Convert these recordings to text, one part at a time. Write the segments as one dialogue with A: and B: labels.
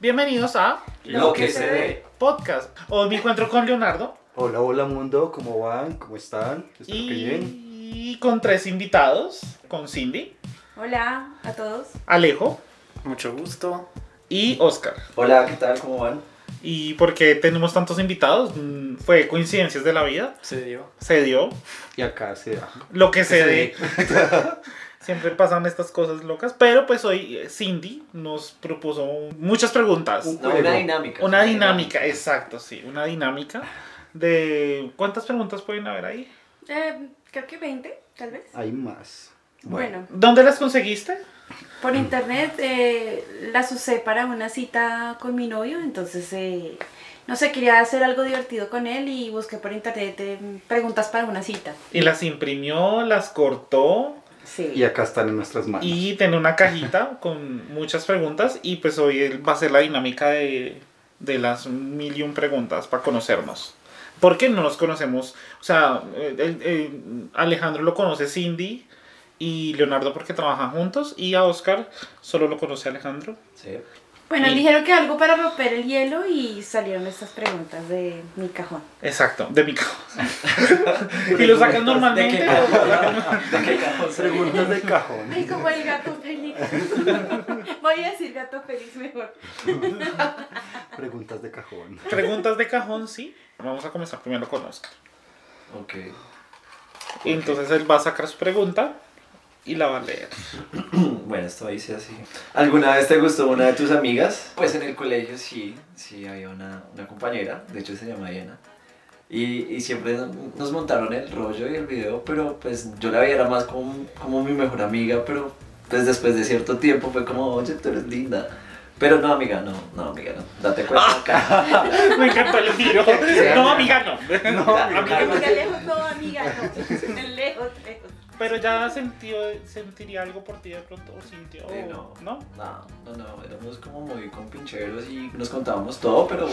A: Bienvenidos a
B: Lo que se dé.
A: Podcast. Hoy me encuentro con Leonardo
B: Hola, hola mundo, ¿cómo van? ¿Cómo están? Espero que bien.
A: y con tres invitados, con Cindy,
C: Hola a todos.
A: Alejo
D: Mucho gusto.
A: y Oscar.
B: Hola, ¿qué tal? ¿Cómo van?
A: ¿Y por qué tenemos tantos invitados? Mm, Fue coincidencias de la vida,
D: Se dio.
A: se dio
B: Y acá se da.
A: lo que se dé. Siempre pasan estas cosas locas, pero pues hoy eh, Cindy nos propuso muchas preguntas.
B: Un
E: No,
B: juego.
E: una dinámica.
A: Una dinámica, exacto, sí, una dinámica de cuántas preguntas pueden haber ahí.
C: Eh, creo que 20, tal vez.
B: Hay más.
C: Bueno,
A: ¿Dónde las conseguiste?
C: por internet eh, las usé para una cita con mi novio, entonces eh, no sé, quería hacer algo divertido con él y busqué por internet eh, preguntas para una cita.
A: Y las imprimió, las cortó
C: Sí.
B: Y acá están en nuestras manos.
A: y tiene una cajita con muchas preguntas y pues hoy él va a hacer la dinámica de, de las mil y un preguntas para conocernos. Porque no nos conocemos, o sea, eh, el- el- Alejandro lo conoce Cindy y Leonardo porque trabajan juntos y a Oscar solo lo conoce Alejandro.
E: Sí.
C: Bueno,
A: y-
C: dijeron que algo para romper el hielo y salieron estas preguntas de mi cajón.
A: Exacto, de mi casa. y lo sacan normalmente.
E: ¿De qué
A: o lo sacan-
E: ¿De qué cajón se dio?
B: Preguntas de cajón.
C: Ay, como el gato feliz. Voy a decir gato feliz mejor.
B: Preguntas de cajón.
A: Preguntas de cajón, sí. Vamos a comenzar primero con Oscar.
E: Ok.
A: Y entonces él va a sacar su pregunta y la va a leer.
E: Bueno, esto dice así. ¿Alguna vez te gustó una de tus amigas? Pues en el colegio sí, sí había una, una compañera, de hecho se llama Diana. Y, y siempre nos montaron el rollo y el video, pero pues yo la veía era más como, como mi mejor amiga, pero pues después de cierto tiempo fue como, oye, tú eres linda. Pero no, amiga, no, no, amiga, no. Date cuenta.
A: Me encantó el giro. No, amiga, no.
B: No,
E: amiga,
A: Amiga,
C: Amiga, lejos, no, amiga, no. Lejos, lejos.
A: Pero ya sentió, sentiría algo por ti de pronto o sintió.
E: Eh, no.
A: ¿No?
E: No, no, no, éramos como muy compincheros y nos contábamos todo, pero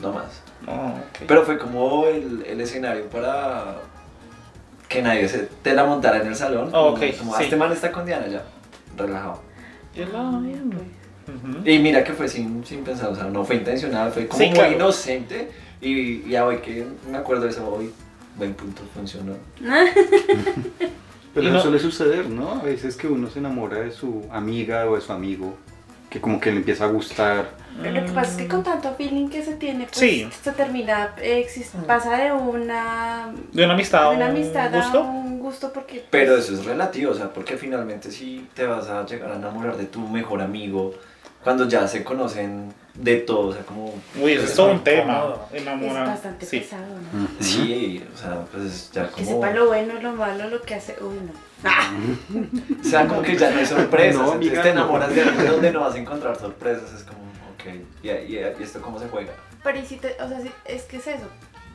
E: no más.
A: No,
E: Pero fue como el, el escenario para que nadie se te la montara en el salón.
A: Ah, ok,
E: Como- Como, "Ah,
A: sí.
E: este man está con Diana ya, relajado.
C: pues.
A: Ujú.
E: Y mira que fue sin, sin pensar, o sea, no fue intencional, fue como
A: Sí,
E: muy
A: claro.
E: inocente. Y ya hoy que me acuerdo de eso, hoy buen punto funcionó.
B: Pero
A: Y no-
B: eso suele suceder, ¿no? A veces que uno se enamora de su amiga o de su amigo, que como que le empieza a gustar.
C: Lo que pasa es que
A: Mm.
C: con tanto feeling que se tiene, pues
A: Sí.
C: se termina, eh, exis- pasa de una,
A: De una amistad.
C: de una
A: a un
C: amistad a
A: gusto.
C: un gusto porque... pues,
E: Pero eso es relativo, o sea, porque finalmente si te vas a llegar a enamorar de tu mejor amigo cuando ya se conocen de todo, o sea, como...
A: Uy, eso
E: pues,
A: es todo un
E: muy
A: tema.
D: incómodo.
C: es
A: Enamora.
C: bastante
A: Sí.
C: pesado, ¿no?
E: Mm. Sí, o sea, pues ya
C: Que
E: como...
C: sepa lo bueno, lo malo, lo que hace uno.
E: Mm.
C: Ah,
E: O sea, como que ya no hay sorpresas,
B: No,
E: entonces
B: amiga,
E: te
B: no.
E: enamoras de alguien donde no vas a encontrar sorpresas, es como, ok, ¿y, y- y esto cómo se juega?
C: Pero y si te, o sea, si- es que es eso,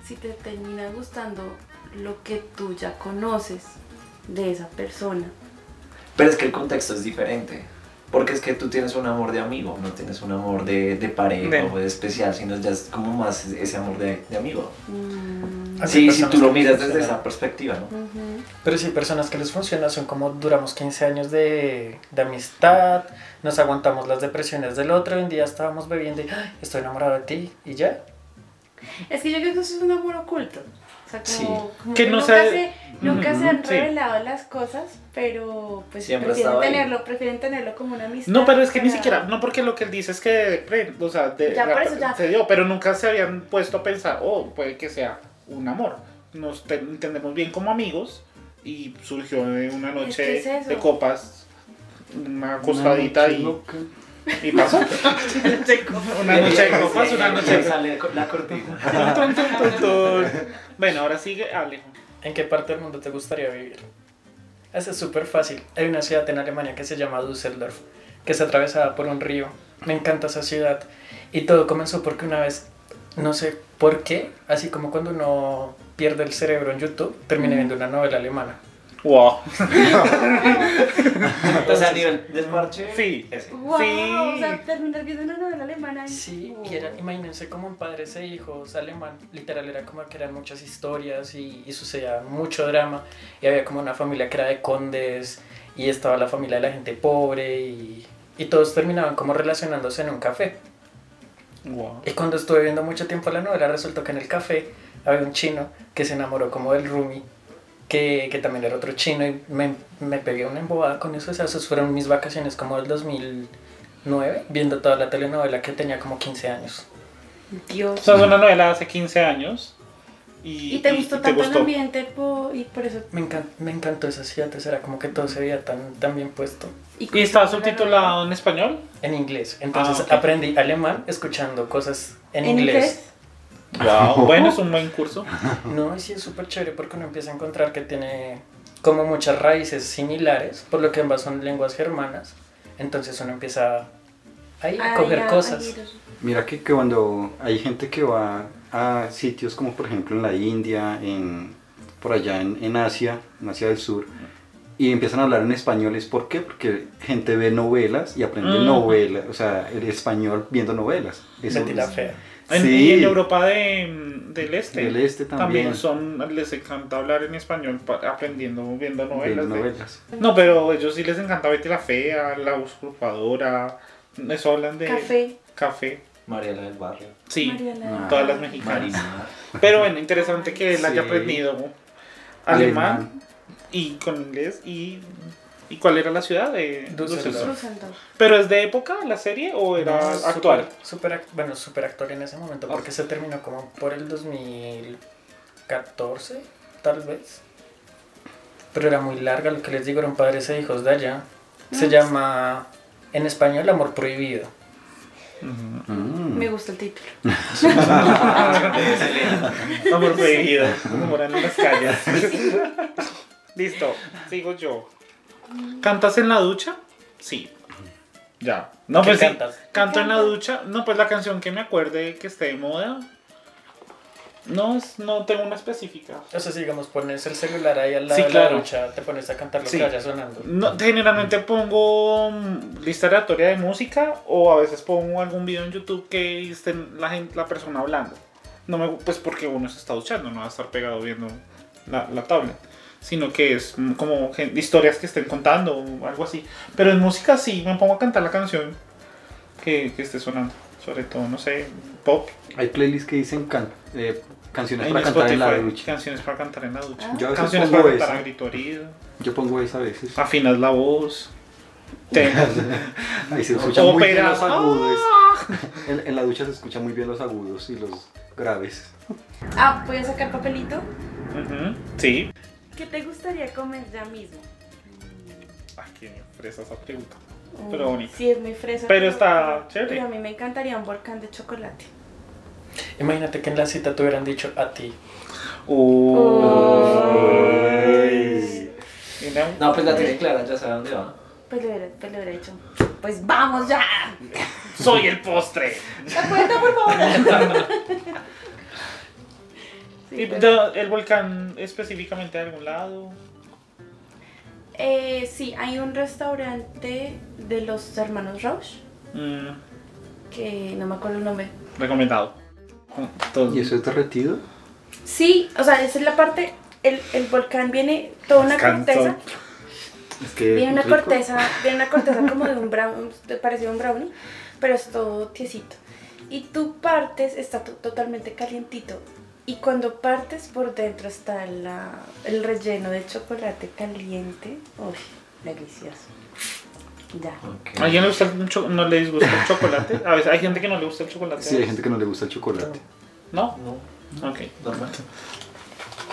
C: si te termina gustando lo que tú ya conoces de esa persona.
E: Pero es que el contexto es diferente, porque es que tú tienes un amor de amigo, no tienes un amor de, de pareja
A: De-
E: o de especial, sino ya es como más ese amor de, de amigo.
C: mm,
D: Así
E: Sí, si
D: pensamos
E: tú lo
D: que
E: miras desde
D: funciona.
E: esa perspectiva, ¿no?
C: ujú.
D: Pero sí, personas que les funciona son como duramos 15 años de, de amistad, nos aguantamos las depresiones del otro, y un día estábamos bebiendo y "Ay, estoy enamorado de ti y ya.
C: Es que yo creo que eso es un amor oculto. O sea, como, como
A: Que
C: que,
A: no
C: nunca,
A: se-
C: se, nunca se han
A: Ujú, sí.
C: revelado las cosas, pero pues
E: Siempre ha
C: prefieren
E: estado ahí.
C: tenerlo, prefieren tenerlo como una amistad.
A: No, pero es que ni
C: para-
A: siquiera, no porque lo que él dice es que, pre- o sea, de-
C: Ya, por
A: la-
C: eso ya.
A: se dio, pero nunca se habían puesto a pensar, oh, puede que sea un amor. Nos te- entendemos bien como amigos y surgió de una noche
C: Es que es eso.
A: de copas, una acostadita
B: Una
A: y,
B: noche loca.
A: y pasó. una noche de copas, una noche de
E: Sale la cortina.
A: Tun, tun, tun, tun. Bueno, ahora sigue Alejo.
D: ¿En qué parte del mundo te gustaría vivir? Eso es súper fácil. Hay una ciudad en Alemania que se llama Düsseldorf, que es atravesada por un río. Me encanta esa ciudad. Y todo comenzó porque una vez, no sé por qué, así como cuando uno pierde el cerebro en YouTube, terminé viendo una novela alemana.
A: Wow.
E: O sea, a nivel desmarche.
A: Sí.
E: ese.
C: Wow,
A: Sí.
C: o sea, terminar viendo una novela alemana.
D: Sí,
C: Oh.
D: y eran, imagínense como en padres e hijos alemán, literal era como que eran muchas historias y, y sucedía mucho drama y había como una familia que era de condes y estaba la familia de la gente pobre y, y todos terminaban como relacionándose en un café.
A: Wow.
D: Y cuando estuve viendo mucho tiempo la novela, resultó que en el café había un chino que se enamoró como del roomie, que, que también era otro chino, y me, me pegué una embobada con eso. O sea, esas fueron mis vacaciones como del 2009, viendo toda la telenovela que tenía como 15 años.
A: O
C: Dios.
A: sea, es una novela de hace 15 años. ¿Y,
C: Y te
A: y-
C: gustó
A: y
C: tanto el ambiente po- y por eso.
D: Me, encan- me encantó esa ciudad, o sea, era como que todo se veía tan, tan bien puesto
A: ¿Y estaba subtitulado en español?
D: en inglés. Entonces
A: Ah, ok.
D: aprendí alemán escuchando cosas en,
C: ¿En
D: inglés.
C: inglés?
A: Wow. Bueno, es un buen curso.
D: No, y sí es súper chévere porque uno empieza a encontrar que tiene como muchas raíces similares, por lo que ambas son lenguas germanas. Entonces uno empieza ahí a
C: Ay,
D: coger
C: ya,
D: cosas.
C: ay,
B: Mira que cuando hay gente que va a sitios como por ejemplo en la India, en, por allá en, en Asia, en Asia del Sur, y empiezan a hablar en español, ¿es por qué? Porque gente ve novelas y aprende
A: Mm.
B: novelas, o sea, el español viendo novelas. Eso
D: Betty la
B: es-
D: fea.
A: En,
B: Sí,
A: Y en Europa de- del Este.
B: Del este también.
A: son, les encanta hablar en español pa- aprendiendo, viendo novelas.
B: novelas.
A: de-
B: novelas.
A: No, pero ellos sí les encanta Betty la Fea, La Usurpadora. Eso hablan de.
C: Café.
A: Café.
E: Mariela del Barrio.
A: Sí,
C: Mariana.
A: todas las mexicanas.
E: Marina.
A: Pero bueno, interesante que él haya
B: Sí.
A: aprendido alemán,
B: Alemán.
A: y con inglés y. ¿Y cuál era la ciudad de
D: Düsseldorf.
A: Düsseldorf?
C: Düsseldorf.
A: ¿Pero es de época la serie o era
D: No, súper-
A: actual? Ah.
D: súper ac- bueno, súper actual en ese momento porque se terminó como por el 2014, tal vez. Pero era muy larga, lo que les digo, eran padres e hijos de allá. Se llama en español Amor Prohibido.
B: Mm.
C: Me gusta el título.
A: Amor prohibido, morando en las calles. Listo, sigo yo. ¿Cantas en la ducha? Sí. Ya. No,
D: ¿Qué
A: pues sí.
D: cantas?
A: Canto en la ducha. No, pues la canción que me acuerde que esté de moda. No, es- no tengo una específica.
D: O sea, si digamos, pones el celular ahí al lado
A: Sí,
D: de
A: claro.
D: la ducha, te pones a cantar lo
A: Sí.
D: que vaya sonando.
A: No, generalmente pongo mm, lista aleatoria de música o a veces pongo algún video en YouTube que esté la, gente, la persona hablando. No me, pues porque uno se está duchando, no va a estar pegado viendo la, la tablet. Sino que es mm, como gen- historias que estén contando o algo así. Pero en música sí, me pongo a cantar la canción que, que esté sonando. Sobre todo, no sé, pop.
B: Hay playlists que dicen can- eh, canciones
A: En
B: para cantar en la
A: Spotify,
B: ducha.
A: canciones para cantar en la ducha.
B: Yo a veces
A: Canciones para
B: pongo
A: cantar a
B: esa.
A: grito herido.
B: Yo pongo esa a veces.
A: Afinas la voz. Te-
B: Ahí
A: Ah.
B: se escuchan muy bien
A: Óperas.
B: los agudos. En, en la ducha se escucha muy bien los agudos y los graves.
C: Ah, voy a sacar papelito.
A: Ujú, Sí.
C: ¿Qué te gustaría comer ya mismo?
A: Ay, qué fresa esa pregunta. Pero bonito.
C: Sí, es muy fresa.
A: Pero está chévere.
C: Pero a mí me encantaría un volcán de chocolate.
D: Imagínate que en la cita te hubieran dicho a ti.
A: Uy. Y no,
E: No, pues la tiene clara, ya sabe dónde va.
C: Pues lo hubiera, pues lo hubiera dicho. Pues vamos ya.
A: Soy el postre.
C: La cuenta, por favor. Sí,
A: ¿Y
C: pues,
A: da- ¿El volcán específicamente de algún lado?
C: eh, sí, hay un restaurante de los hermanos Roche,
A: Mm,
C: que no me acuerdo el nombre.
A: recomendado.
B: ¿Y eso es derretido?
C: Sí, o sea, esa es la parte, el, el volcán viene toda una
A: Descanso.
C: corteza.
B: Es que
C: Viene una
B: rico.
C: corteza, viene una corteza como de un brownie, parecido a un brownie, pero es todo tiesito. Y tú partes, está to- totalmente calientito. Y cuando partes por dentro está la- el relleno de chocolate caliente. Uy, delicioso. Ya.
E: Ok.
A: ¿A alguien le gusta el cho- no le disgusta el chocolate? A veces hay gente que no le gusta el chocolate.
B: Sí, hay gente que no le gusta el chocolate.
A: ¿No?
E: No,
A: Ok.
E: normal.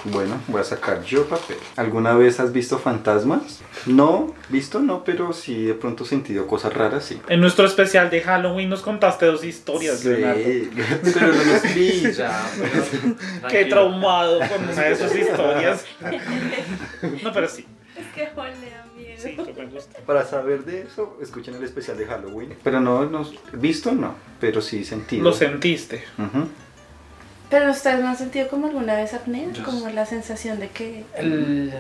B: Bueno, voy a sacar yo papel. ¿Alguna vez has visto fantasmas? No, visto no, pero sí de pronto he sentido cosas raras, sí.
A: En nuestro especial de Halloween nos contaste dos historias,
B: Sí,
A: Leonardo.
B: pero no los vi.
E: Ya, pero
A: Qué
E: tranquilo.
A: traumado con una de sus historias. No, pero sí.
C: Es que olea miedo.
A: Sí, yo me gusta.
B: Para saber de eso, escuchen el especial de Halloween. Pero no, no visto no, pero sí sentido.
A: Lo sentiste.
B: Ujú.
C: Pero ustedes no han sentido como alguna vez apnea,
E: Yo
C: como la sensación de que
D: El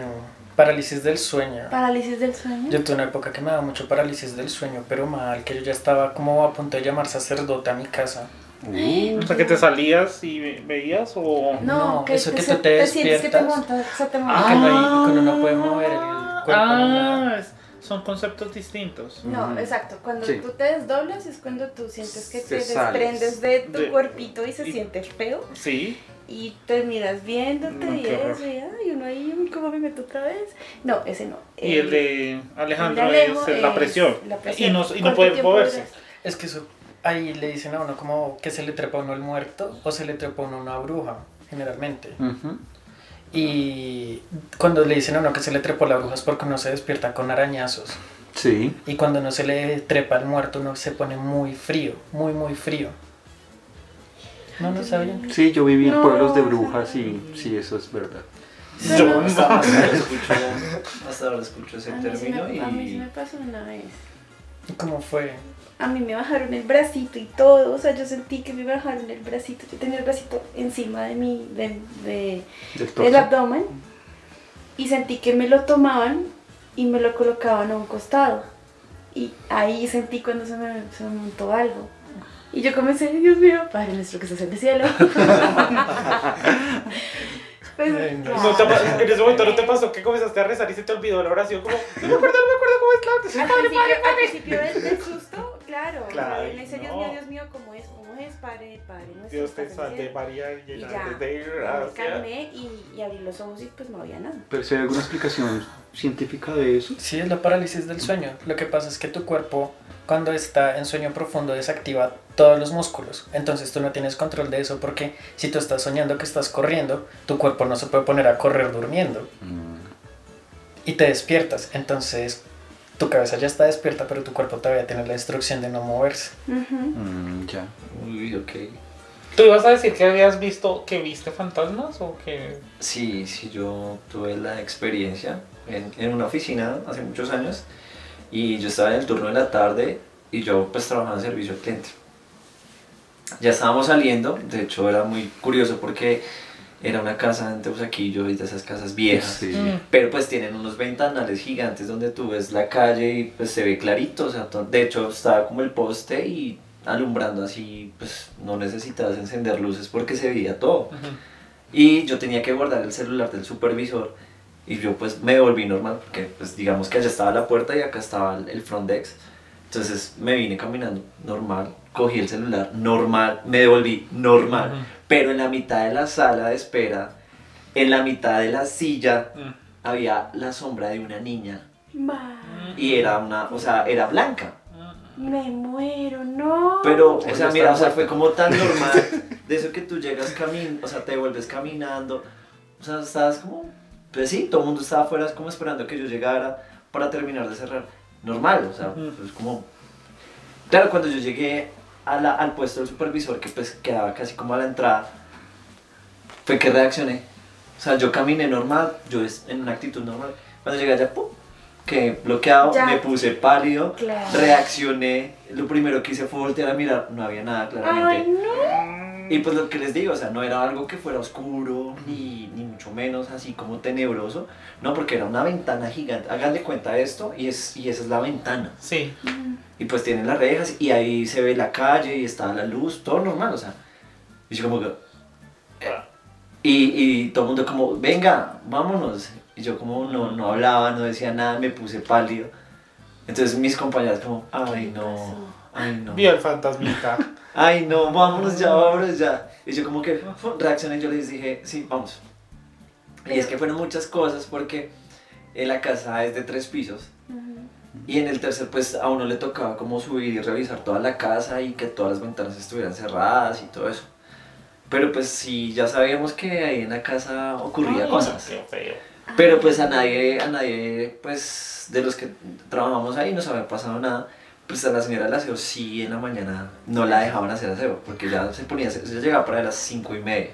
D: parálisis del sueño.
C: parálisis del sueño.
D: Yo tuve una época que me daba mucho parálisis del sueño, pero mal, que yo ya estaba como a punto de llamar sacerdote a mi casa.
C: Eh.
A: O sea, que te salías y ve- veías o...
C: no,
D: no,
C: que
D: eso
C: te,
D: que
C: se-
D: tú te
C: sientes que te
D: despiertas.
C: montas, se te monta.
D: Ah, que no hay- que uno no puede mover el cuerpo,
A: Ah,
D: nada.
A: es- son conceptos distintos.
C: No,
E: Ujú.
C: exacto. Cuando
B: Sí.
C: tú te desdoblas es cuando tú sientes que
B: Te
C: te
B: sales
C: desprendes de tu
A: de-
C: cuerpito y se
A: y-
C: siente feo
A: Sí,
C: y terminas viéndote
A: No,
C: y
A: qué horror.
C: eso y ay, uno ahí, uy, ¿cómo me meto otra vez? No, ese no.
A: y el de Alejandro
C: Alejo
A: es, eh, la,
C: es
A: presión.
C: la presión.
A: Y no, y no
C: ¿Cuánto
A: puede
C: tiempo
A: moverse.
C: duras?
D: Es que eso, ahí le dicen a uno como que se le trepa a uno el muerto o se le trepa a uno una bruja, generalmente.
B: Ujú.
D: Y cuando le dicen a uno que se le trepó la bruja es porque uno se despierta con arañazos.
B: Sí.
D: Y cuando no se le trepa el muerto uno se pone muy frío, muy, muy frío. No, no sabían.
B: Sí, yo viví en
C: No,
B: pueblos de
C: o sea,
B: brujas y sí, eso es verdad.
A: Yo no.
E: hasta ahora escucho, hasta ahora escucho ese
C: A mí Ah, sí me-
E: término
C: a mí sí me
E: y
C: pasó una vez.
D: ¿Y ¿Cómo fue?
C: A mí me bajaron el bracito y todo, o sea, yo sentí que me bajaron el bracito, yo tenía el bracito encima de mi, de, de-
B: Del torso.
C: del abdomen y sentí que me lo tomaban y me lo colocaban a un costado. Y ahí sentí cuando se me, se me montó algo. Y yo comencé, Dios mío, Padre nuestro que estás en el cielo. Pues,
D: Ay, no.
A: No te pa- en ese momento
C: Eh.
A: no te pasó que comenzaste a rezar y se te olvidó la oración. Como, no me acuerdo, no me acuerdo cómo es la.
C: Al principio, al principio del, del susto, claro.
A: Claro,
C: le dice,
A: no.
C: Dios mío, Dios mío, ¿cómo es? ¿Cómo es? Padre, Padre nuestro. que
A: Dios te
C: estás en
A: salve
C: el cielo".
A: María,
C: Y ya,
A: llena eres de
C: me
A: gracia.
C: calmé y, y abrí los ojos y pues no había nada.
B: Pero si hay alguna explicación científica de eso.
D: Sí, es la parálisis del sueño. Lo que pasa es que tu cuerpo, cuando está en sueño profundo, desactiva todos los músculos. Entonces tú no tienes control de eso porque si tú estás soñando que estás corriendo, tu cuerpo no se puede poner a correr durmiendo
B: Mm,
D: y te despiertas. Entonces tu cabeza ya está despierta, pero tu cuerpo todavía tiene la instrucción de no moverse.
B: Mm, ya.
E: uy, ok.
A: ¿Tú ibas a decir que habías visto, que viste fantasmas o que.?
E: Sí, sí, yo tuve la experiencia en, en una oficina hace muchos años y yo estaba en el turno de la tarde y yo pues trabajaba en servicio al cliente. Ya estábamos saliendo, de hecho era muy curioso porque era una casa en Teusaquillo y de esas casas viejas.
B: Sí.
A: Mm.
C: Mm.
E: Pero pues tienen unos ventanales gigantes donde tú ves la calle y pues se ve clarito. O sea, to- de hecho estaba como el poste y alumbrando así, pues no necesitabas encender luces porque se veía todo. Y yo tenía que guardar el celular del supervisor. Y yo pues me volví normal porque pues digamos que allá estaba la puerta y acá estaba el- el front desk. Entonces me vine caminando normal, cogí el celular normal, me devolví normal.
A: Ujú.
E: Pero en la mitad de la sala de espera, en la mitad de la silla, había la sombra de una niña
C: Ma,
E: y era una, o sea, era blanca.
A: Mm.
C: me muero, no.
E: Pero, o
B: Pero
E: sea,
B: está
E: mira, o sea,
B: muerta.
E: fue como tan normal de eso que tú llegas caminando, o sea, te vuelves caminando, o sea, estabas como, pues sí, todo el mundo estaba afuera como esperando que yo llegara para terminar de cerrar. Normal, o sea,
A: Ujú.
E: pues como... Claro, cuando yo llegué a la- al puesto del supervisor, que pues quedaba casi como a la entrada, fue que reaccioné. O sea, yo caminé normal, yo es- en una actitud normal. Cuando llegué allá, ¡pum! que bloqueado,
C: Ya.
E: me puse pálido,
C: Claro.
E: reaccioné. Lo primero que hice fue voltear a mirar, no había nada
C: Ay,
E: claramente.
C: no.
E: Y pues lo que les digo, o sea, no era algo que fuera oscuro, ni, ni mucho menos así como tenebroso, no, porque era una ventana gigante. Háganle cuenta esto y, es, y esa es la ventana.
A: Sí.
E: Y pues tienen las rejas y ahí se ve la calle y está la luz, todo normal, o sea. Y yo como que... eh, Y, y todo el mundo como, venga, vámonos. Y yo como no, no hablaba, no decía nada, me puse pálido. Entonces mis compañeras como, ay
C: ¿Qué
E: no,
C: pasó?
E: ay no,
A: Vi al fantasmita.
E: ay no, vámonos
C: Ah.
E: ya, vámonos ya. Y yo como que fu, reaccioné, yo les dije, sí, vamos. Y es que fueron muchas cosas porque eh, la casa es de tres pisos.
C: Ujú.
E: Y en el tercer, pues a uno le tocaba como subir y revisar toda la casa y que todas las ventanas estuvieran cerradas y todo eso. Pero pues sí, ya sabíamos que ahí en la casa ocurría
A: Ay,
E: cosas.
A: Qué feo.
E: Pero pues a nadie, a nadie, pues de los que trabajamos ahí nos había pasado nada. Pues a la señora del aseo sí en la mañana no la dejaban hacer aseo, porque ya se ponía, a hacer- ella llegaba para las cinco y media.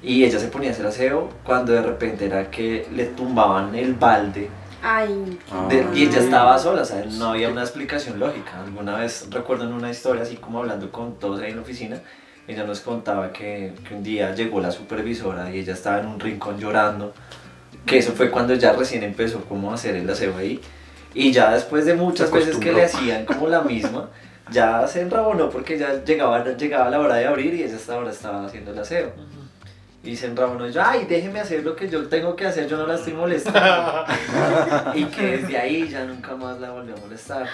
E: Y ella se ponía a hacer aseo cuando de repente era que le tumbaban el balde
C: Ay,
B: Ah.
E: de- y ella
C: Ay.
E: estaba sola, o sea, no había una explicación lógica. Alguna vez recuerdo en una historia, así como hablando con todos ahí en la oficina, ella nos contaba que, que un día llegó la supervisora y ella estaba en un rincón llorando, que eso fue cuando ya recién empezó como a hacer el aseo ahí. Y ya después de muchas
B: Se
E: veces que
B: acostumbró.
E: le hacían como la misma, ya se enrabonó porque ya llegaba, llegaba la hora de abrir y ella hasta ahora estaba haciendo el aseo. Y dicen Ramones, ay, déjeme hacer lo que yo tengo que hacer, yo no la estoy molestando. y que desde ahí ya nunca más la volvió a molestar.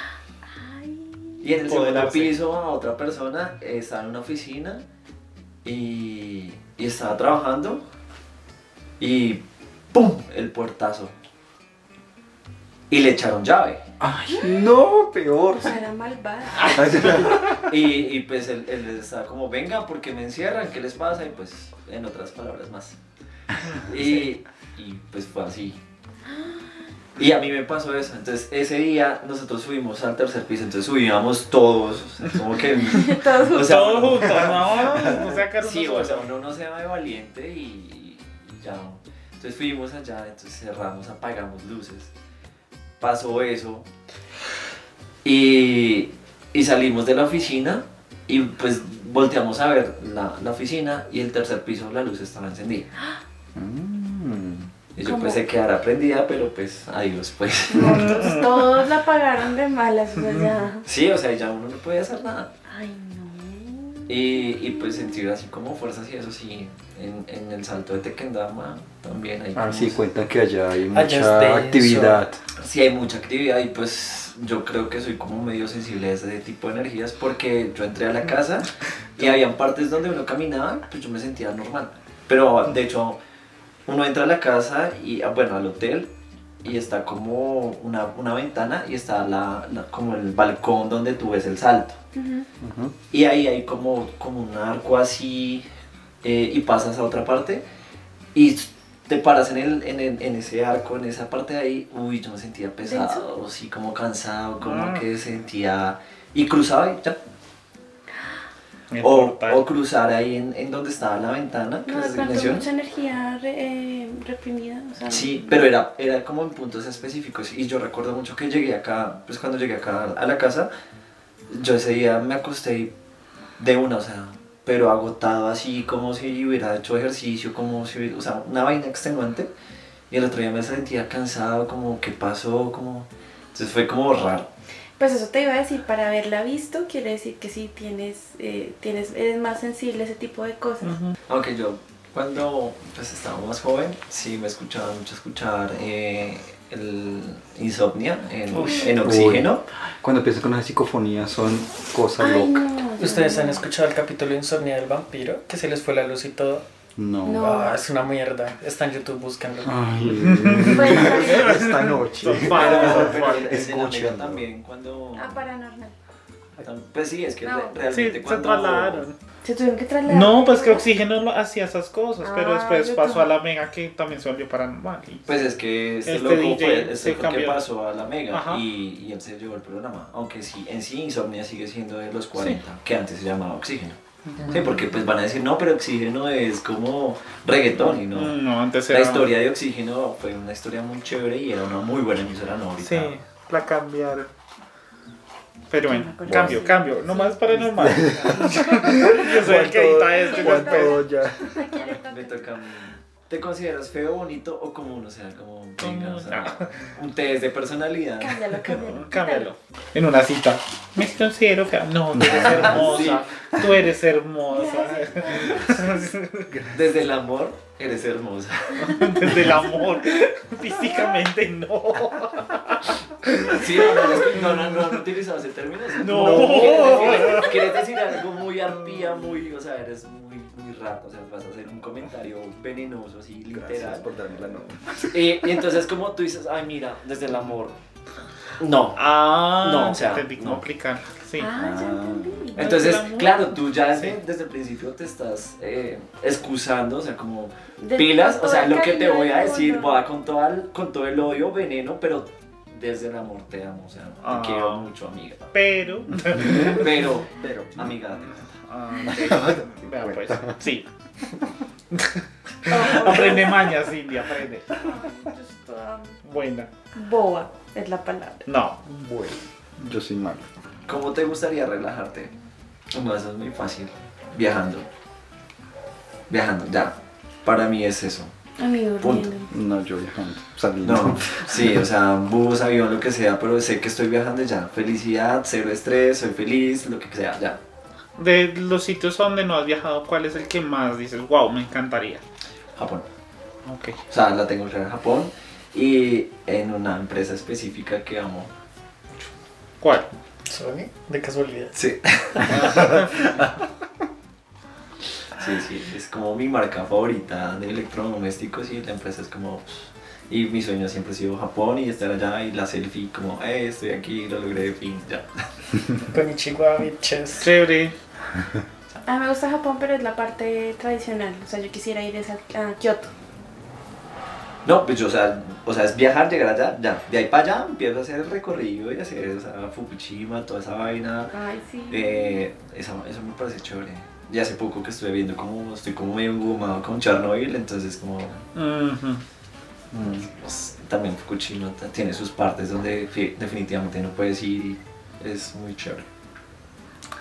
C: Ay.
E: Y en el segundo
A: Empoderarse.
E: piso a otra persona eh, estaba en una oficina y, y estaba trabajando y ¡pum! el puertazo. Y le echaron llave.
B: Ay, no, peor.
C: Era malvada.
E: Y, y pues él, él estaba como, venga, porque me encierran, ¿qué les pasa? Y pues, en otras palabras más. Y, y, pues fue así. Y a mí me pasó eso. Entonces, ese día nosotros subimos al tercer piso, entonces subíamos todos. o sea, como que.
C: Todos
E: o sea,
A: Todos juntos, no, no sacaron
E: Sí,
A: unos
E: o sea,
A: solos.
E: uno no se va de valiente y, y ya. Entonces fuimos allá, entonces cerramos, apagamos luces. Pasó eso. Y, y salimos de la oficina y pues volteamos a ver la, la oficina y el tercer piso la luz estaba encendida.
B: Mm.
E: Y yo
C: ¿Cómo?
E: pensé quedar prendida, pero pues adiós pues.
C: Nosotros todos la pagaron de malas, o sea, ya.
E: Sí, o sea, ya uno no podía hacer nada.
C: Ay, no.
E: Y, y, pues sentir así como fuerzas y eso sí, en, en el salto de Tequendama también hay
B: Ah,
E: como
B: sí, cuentan que allá hay
D: Allá es
B: mucha
D: denso.
B: actividad.
E: Sí, hay mucha actividad y pues yo creo que soy como medio sensible a ese tipo de energías porque yo entré a la casa y habían partes donde uno caminaba, pues yo me sentía normal. Pero de hecho, uno entra a la casa y, ah, bueno, al hotel y está como una, una ventana y está la, la- como el balcón donde tú ves el salto.
C: Ujú.
B: Ujú.
E: Y ahí hay como, como un arco así eh, y pasas a otra parte y te paras en, el, en, el- en ese arco, en esa parte de ahí, uy, yo me sentía pesado, sí, como cansado, como
A: Ah.
E: que sentía... Y cruzaba y ya.
A: El
E: O,
A: portal.
E: o cruzar ahí en, en donde estaba la ventana, que
C: No, de
E: les
C: pronto
E: menciono.
C: mucha energía re- eh, reprimida, o sea.
E: Sí, pero era, era como en puntos específicos. Y yo recuerdo mucho que llegué acá, pues cuando llegué acá a la casa, yo ese día me acosté y de una, o sea, pero agotado así, como si hubiera hecho ejercicio, como si, hubiera- o sea, una vaina extenuante. Y el otro día me sentía cansado, como, ¿qué pasó? Como... Entonces fue como raro.
C: Pues eso te iba a decir, para haberla visto, quiere decir que sí tienes, eh, tienes, eres más sensible a ese tipo de cosas.
A: Ujú.
E: Aunque yo, cuando pues, estaba más joven, sí me escuchaba mucho escuchar eh, el insomnia en,
A: Uy.
E: en oxígeno.
B: Cuando empiezan con las psicofonías son cosas
C: Ay,
B: locas.
C: no. yo
D: ¿Ustedes
C: no.
D: han escuchado el capítulo Insomnia del vampiro? Que se les fue la luz y todo.
B: No.
C: No.
D: Ah, es una mierda. Está en YouTube, búscanlo.
B: Ah. Ay,
C: Bueno,
B: esta noche.
A: Son palos, son
E: Pero el-
A: palos.
E: el de la mega
B: Escuchen, ¿no?
E: también cuando...
C: Ah, paranormal.
E: tam- Pues sí, es que
C: No.
E: re-
A: Sí,
E: realmente
A: se
E: cuando...
A: trasladaron.
C: Se tuvieron que trasladar.
A: No, pues que Oxígeno lo hacía esas cosas, pero
C: Ah,
A: después
C: yo
A: pasó a
C: también.
A: la Mega que también se volvió paranormal. y-
E: Pues es que este,
A: Este
E: loco
A: DJ
E: fue, este
A: se
E: fue el que
A: cambió.
E: pasó a la mega
A: Ajá.
E: y, y él se llevó el programa. Aunque sí, en sí Insomnia sigue siendo de los 40, que antes se llamaba Oxígeno. Sí, porque pues van a decir, no, pero Oxígeno es como reggaetón y no.
A: Mm. No, antes
E: La
A: era.
E: historia de Oxígeno fue una historia muy chévere y era una muy buena emisora, ¿no? Ahorita.
A: Sí, la cambiaron. Pero
C: me
A: bueno,
C: acuerdo.
A: cambio,
C: Sí.
A: cambio. No más paranormal. Yo soy el que edita esto.
C: Juan
A: pues,
C: todo
B: ya.
E: Me toca a mí. ¿Te consideras feo, bonito o común? O sea, como venga, o sea,
A: Común.
E: un test de personalidad.
C: Cámbialo, cámbialo.
A: Cámbialo. En una cita. Me considero fea. No, tú eres hermosa. Tú eres hermosa.
E: Desde el amor eres hermosa.
A: Desde el amor. Físicamente no.
E: Sí, no, no, es que- no, no, no, no utilizabas el término. o sea,
A: No.
E: ¿Quieres decir, quieres decir algo muy arpía, muy, o sea, eres muy, muy raro, o sea, vas a hacer un comentario venenoso, así,
B: Gracias
E: literal.
B: por darme la nota.
E: Eh, y entonces como tú dices, ay, mira, desde el amor. No.
A: Ah,
E: No,
A: no,
E: o sea,
A: entendí cómo
E: no.
A: aplicar. Sí.
C: Ah, ya entendí.
E: Entonces,
A: Desde el amor.
E: claro, tú ya
A: Sí.
E: desde, desde el principio te estás eh, excusando, o sea, como
C: Del-
E: pilas, o
C: todo
E: sea,
C: el
E: lo que te
C: cariño
E: voy a
C: del
E: decir
C: mundo.
E: va con, toda el- con todo el odio, veneno, pero desde el amor te amo, o sea, te
A: Ah.
E: quiero mucho, amiga.
A: Pero.
E: Pero,
B: Pero,
E: amiga, date cuenta.
A: Ah, vea,
B: Bueno,
A: pues. Sí.
C: Oh,
A: Aprende mañas, India, aprende.
C: yo soy toda
A: Buena.
C: Boa es la palabra.
A: No.
B: bueno, yo soy malo.
E: ¿Cómo te gustaría relajarte? No, eso es muy fácil. Viajando. Viajando, ya. Para mí es eso.
C: A mí
E: Punto.
C: durmiendo.
B: No, yo viajando, saliendo.
E: No, sí, o sea, bus, avión, lo que sea, pero sé que estoy viajando y ya. Felicidad, cero estrés, soy feliz, lo que sea, ya.
A: De los sitios a donde no has viajado, ¿cuál es el que más dices, wow, me encantaría?
E: Japón.
A: Ok.
E: O sea, la tengo clara en Japón y en una empresa específica que amo.
A: ¿Cuál?
D: Sony, de casualidad.
E: Sí. sí, sí, es como mi marca favorita de electrodomésticos y la empresa es como... Y mi sueño siempre ha sido Japón y estar allá y la selfie como, eh, estoy aquí, lo logré, fin, ya.
D: Con Ichiwa, bitches.
A: Chévere.
C: A mí Ah, me gusta Japón, pero es la parte tradicional. O sea, yo quisiera ir es a, a Kioto.
E: No, pues yo, o sea, o sea, es viajar, llegar allá, ya. De ahí para allá empiezo a hacer el recorrido y hacer, o sea, Fukushima, toda esa vaina.
C: Ay, sí.
E: Eh, esa- eso me parece chévere. Y hace poco que estuve viendo como, estoy como medio engomado con Chernobyl, entonces como...
A: Ujú.
E: Mm, pues, también Fukushima ta- tiene sus partes donde fi- definitivamente no puedes ir y es muy chévere.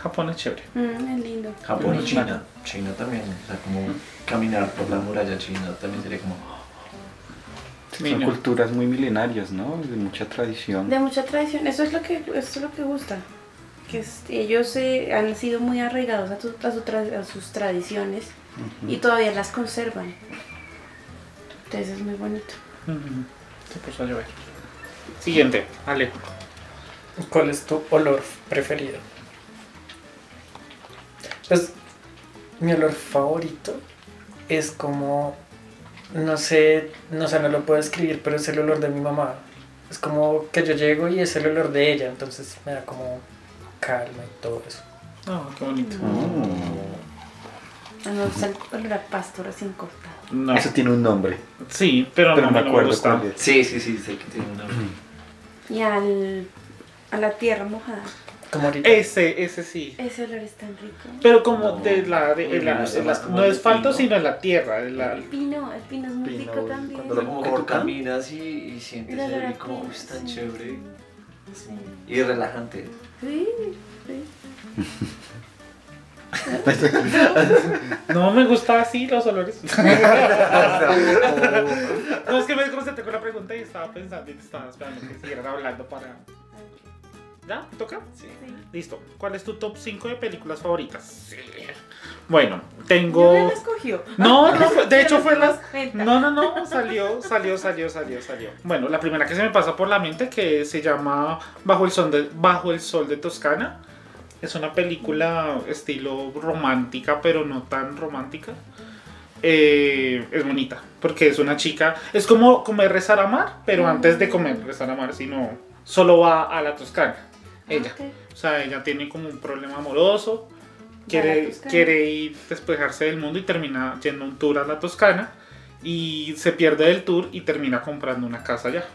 A: Japón es chévere.
C: Mm, es lindo.
E: Japón y
A: Ujú.
E: China. China también. O sea, como caminar por la muralla china también sería como...
B: Son
A: Niño.
B: culturas muy milenarias, ¿no? De mucha tradición.
C: De mucha tradición. Eso es lo que, eso es lo que gusta. Que es- ellos eh, han sido muy arraigados a, tu- a su tra- a sus tradiciones y todavía las conservan. Entonces es muy bonito.
A: Ujú. pues, Se puso a llover. Siguiente, Alejo.
D: ¿Cuál es tu olor preferido? Pues mi olor favorito es como, no sé, no sé, no lo puedo escribir, pero es el olor de mi mamá. Es como que yo llego y es el olor de ella, entonces me da como calma y todo eso.
A: Ah, qué bonito.
C: A mí me gusta el olor a pasto recién cortado.
A: No.
B: Eso tiene un nombre,
A: Sí, pero,
B: pero
A: no
B: no me
A: me, lo
B: acuerdo
A: gusta.
B: cuál es.
E: Sí, sí, sí, sé que tiene una...
C: Y al, a la tierra mojada.
D: Como ahorita.
A: Ese, ese sí.
C: Ese olor es tan rico.
A: Pero como
E: No,
A: de la... de
E: a mí me
A: la-
E: gusta
A: de la-
E: más como
A: no
E: el
A: es falto,
E: pino.
A: sino en la tierra. de la-
C: El pino, el pino es muy
B: Pino,
C: rico
E: O sea,
C: también.
B: cuando-
E: como que tú
B: Corta.
E: caminas y, y sientes
C: El olor
E: el
C: a
E: y como,
C: pino,
E: "Uy, es tan
C: sí.
E: chévere
C: Sí.
E: y relajante.
C: Sí, sí.
A: No me gusta así los olores. no, es que me concentré con la pregunta y estaba pensando y te estaba esperando que siguieran hablando para... ¿Ya? ¿Me ¿Toca?
E: Sí.
C: Sí.
A: Listo. ¿Cuál es tu top 5 de películas favoritas? Bueno,
C: Yo no
A: tengo...
C: lo escogió.
A: No, no, fue- de hecho fue las...
C: Venta.
A: No, no, no, salió, salió, salió, salió, salió. Bueno, la primera que se me pasa por la mente que se llama Bajo el sol de, Bajo el sol de Toscana. Es una película estilo romántica, pero no tan romántica. Eh, es bonita, porque es una chica, es como comer, rezar, amar, pero antes de comer, rezar, amar, sino solo va a la Toscana. Ella.
C: Ah, ok.
A: O sea, ella tiene como un problema amoroso,
C: Va a
A: quiere,
C: la Toscana.
A: quiere ir despejarse del mundo y termina yendo a un tour a la Toscana y se pierde del tour y termina comprando una casa allá.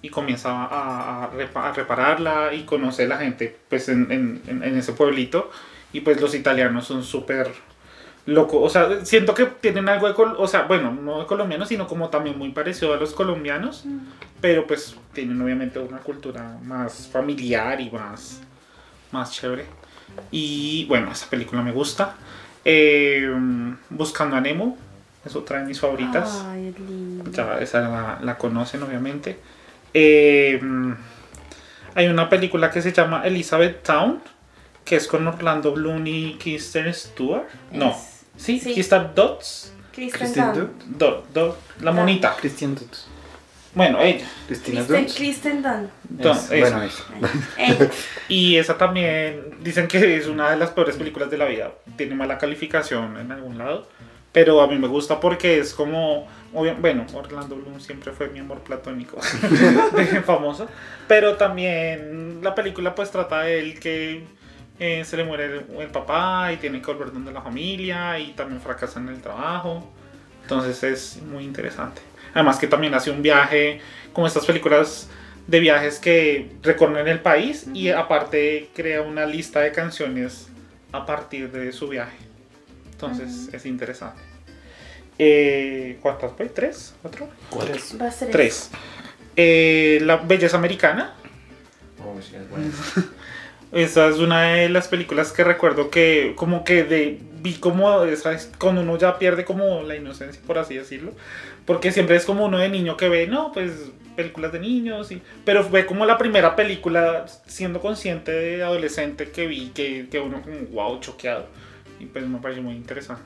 A: Y comienza a, a repa- a repararla y conoce la gente pues en, en- en- en ese pueblito y pues los italianos son súper locos. O sea, siento que tienen algo de, col- o sea, bueno, no de colombianos, sino como también muy parecido a los colombianos
C: Mm.
A: pero pues tienen obviamente una cultura más familiar y más, más chévere. Y bueno, esa película me gusta. Eh, Buscando a Nemo es otra de mis favoritas.
C: Ay, es lindo.
A: Ya esa la, la conocen obviamente. Eh, hay una película que se llama Elizabeth Town, que es con Orlando Bloom y Kirsten Stewart. No,
C: Es-
A: sí,
C: sí.
A: Kirsten Dots.
C: Kristen
B: Kristen
C: Dunst.
B: Dunst.
A: Dot, Dot, la monita.
B: Christian Dutz.
A: Bueno, ella.
B: Cristina
C: Kristen,
B: Dutz.
C: Kristen Dunst.
A: Dunst,
B: Es-
A: esa.
B: bueno, es.
C: Eh,
A: Y esa también dicen que es una de las peores películas de la vida. Tiene mala calificación en algún lado. Pero a mí me gusta porque es como. obvia- Bueno, Orlando Bloom siempre fue mi amor platónico de famoso. Pero también la película pues trata de él que eh, se le muere el, el papá y tiene que volver donde la familia y también fracasa en el trabajo. Entonces es muy interesante. Además que también hace un viaje, como estas películas de viajes que recorren el país y aparte crea una lista de canciones a partir de su viaje. Entonces es interesante. Eh, ¿Cuántas? pues? ¿Tres? ¿Cuatro?
E: Pues,
D: Tres.
C: va a ser
A: Tres. Eh, la belleza americana.
E: Oh, sí, es bueno.
A: Esa es una de las películas que recuerdo que como que de, vi como esa es cuando uno ya pierde como la inocencia, por así decirlo. Porque siempre es como uno de niño que ve, no, pues películas de niños, y, pero fue como la primera película siendo consciente de adolescente que vi, que, que uno como wow, choqueado. Y pues me pareció muy interesante.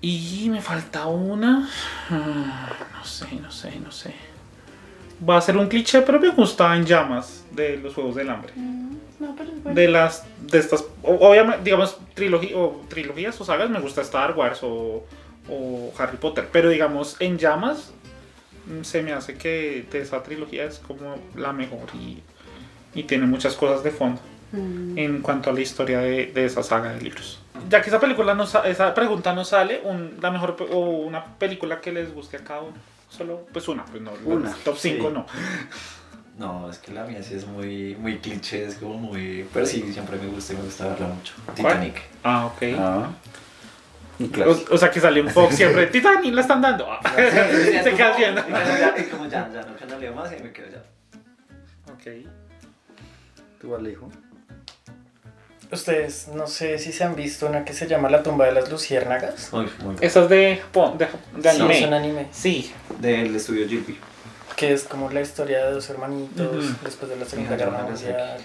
A: Y me falta una. Ah, No sé, no sé, no sé. Va a ser un cliché, pero me gustaba en llamas de los Juegos del Hambre
C: Mm, No, pero es bueno.
A: de las de estas o- obviamente digamos trilogía o trilogías o sagas me gusta Star Wars o, o Harry Potter pero digamos en llamas mm, se me hace que de esa trilogía es como la mejor y, y tiene muchas cosas de fondo
C: Mm.
A: en cuanto a la historia de, de esa saga de libros ya que esa película no sa- esa pregunta no sale un- la mejor pe- o una película que les guste a cada uno solo pues una pues no
B: Una,
A: los top
B: sí.
A: 5 no
E: No, es que la mía sí es muy, muy cliché, es como muy... Pero sí, siempre me gusta y me gusta verla mucho. Titanic.
A: ah ok
B: Ah, un clásico.
A: O, o sea que sale un Fox siempre, Titanic, la están dando. Ah, se queda viendo.
E: Es como ya, ya, no, que no leo más y me quedo ya.
A: Ok.
B: ¿Tú, Alejo?
D: Ustedes, no sé si se han visto una que se llama La tumba de las luciérnagas.
E: Muy, muy bueno.
A: Esa es de Japón, de, de
D: Sí, es un
A: anime.
D: anime.
A: Sí.
E: Del estudio Ghibli.
D: Que es como la historia de dos hermanitos
A: Ujú.
D: después de la Segunda
E: Mira,
D: Guerra
E: yo no sé
D: Mundial.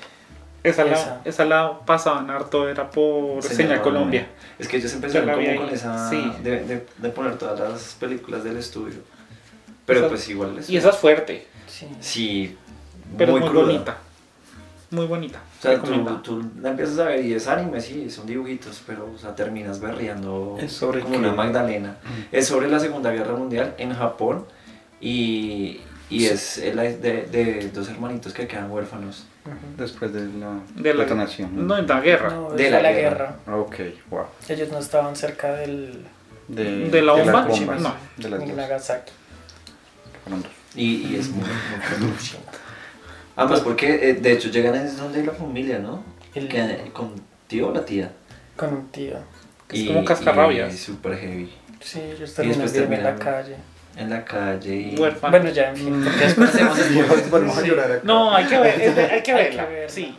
A: Esa,
D: Esa.
A: La, esa la pasaban harto, era por
E: Señal
A: Señal Colombia.
E: Es que ellos empezaron
A: la vi
E: como
A: ahí.
E: con esa...
A: Sí.
E: De, de, de poner todas las películas del estudio. Pero
A: Esa-
E: pues igual les...
A: Y esa es fuerte,
D: Sí.
E: Sí,
A: pero
E: muy,
A: muy,
E: cruda.
A: bonita. Muy bonita.
E: O sea, tú,
A: Recomendada.
E: tú la empiezas a ver y es anime, sí, son dibujitos, pero o sea, terminas berreando
B: ¿Es sobre
E: como
B: qué?
E: una magdalena. Es sobre la Segunda Guerra Mundial en Japón y, y es el- de, de dos hermanitos que quedan huérfanos.
D: Ujú.
B: Después de la
A: de la,
B: detonación.
A: No, en la guerra.
D: No,
E: De
D: es
E: la
D: de la
E: guerra.
D: guerra.
B: Ok, wow.
D: Ellos no estaban cerca del
A: ¿De la bomba?
B: las bombas,
A: No.
B: De las
D: ni
B: dos.
D: Nagasaki.
B: Fueron dos.
E: Y, y es muy... muy crudo. Además, porque eh, de hecho llegan es donde la familia, ¿no?
D: El-
E: Que- eh, con tío o la tía.
D: Con un tío.
A: Es como cascarrabias.
E: Y súper heavy.
D: Sí, ellos
E: Y
D: terminan
E: después
D: viviendo en la
E: terminan-
D: calle.
E: En la calle y...
A: Huérfana.
D: Bueno, ya, en
E: Mm.
D: fin. porque después
E: Hacemos spoilers.
B: Vamos a llorar acá.
A: No, hay que, ver, es de- hay que
D: Hay que
A: verla.
D: verla.
A: Sí.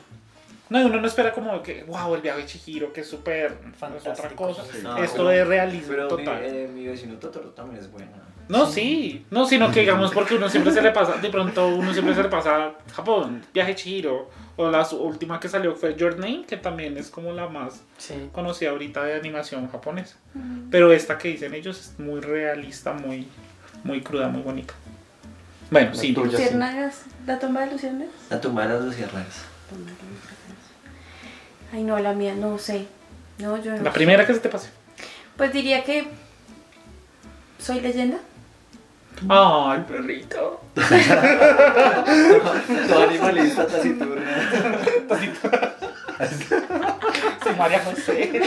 A: No, uno no espera como que, wow, el viaje de Chihiro, que es súper. Es
D: Fantástico.
A: otra cosa.
D: Sí.
E: No,
A: Esto
E: pero-
A: es realismo
E: Pero mi,
A: total.
E: eh, mi vecino Totoro también es buena.
A: No, sí. No, sino que digamos porque uno siempre se le pasa, de pronto uno siempre se le pasa Japón, Viaje Chihiro, o la su- última que salió fue Your Name, que también es como la más
D: Sí.
A: conocida ahorita de animación japonesa.
C: Mm.
A: Pero esta que dicen ellos es muy realista, muy, muy cruda, muy bonita. Bueno,
B: La
A: sí.
B: tuya, sí.
C: Luciérnagas, la tumba de Luciérnagas.
E: La tumba de las luciérnagas.
C: Tumba de Luciérnagas. Ay, no, la mía, no sé. No, yo no.
A: La primera que se te pase.
C: Pues diría que. Soy leyenda.
A: Ah, el perrito.
E: Todo animalista taciturna.
A: Soy María José.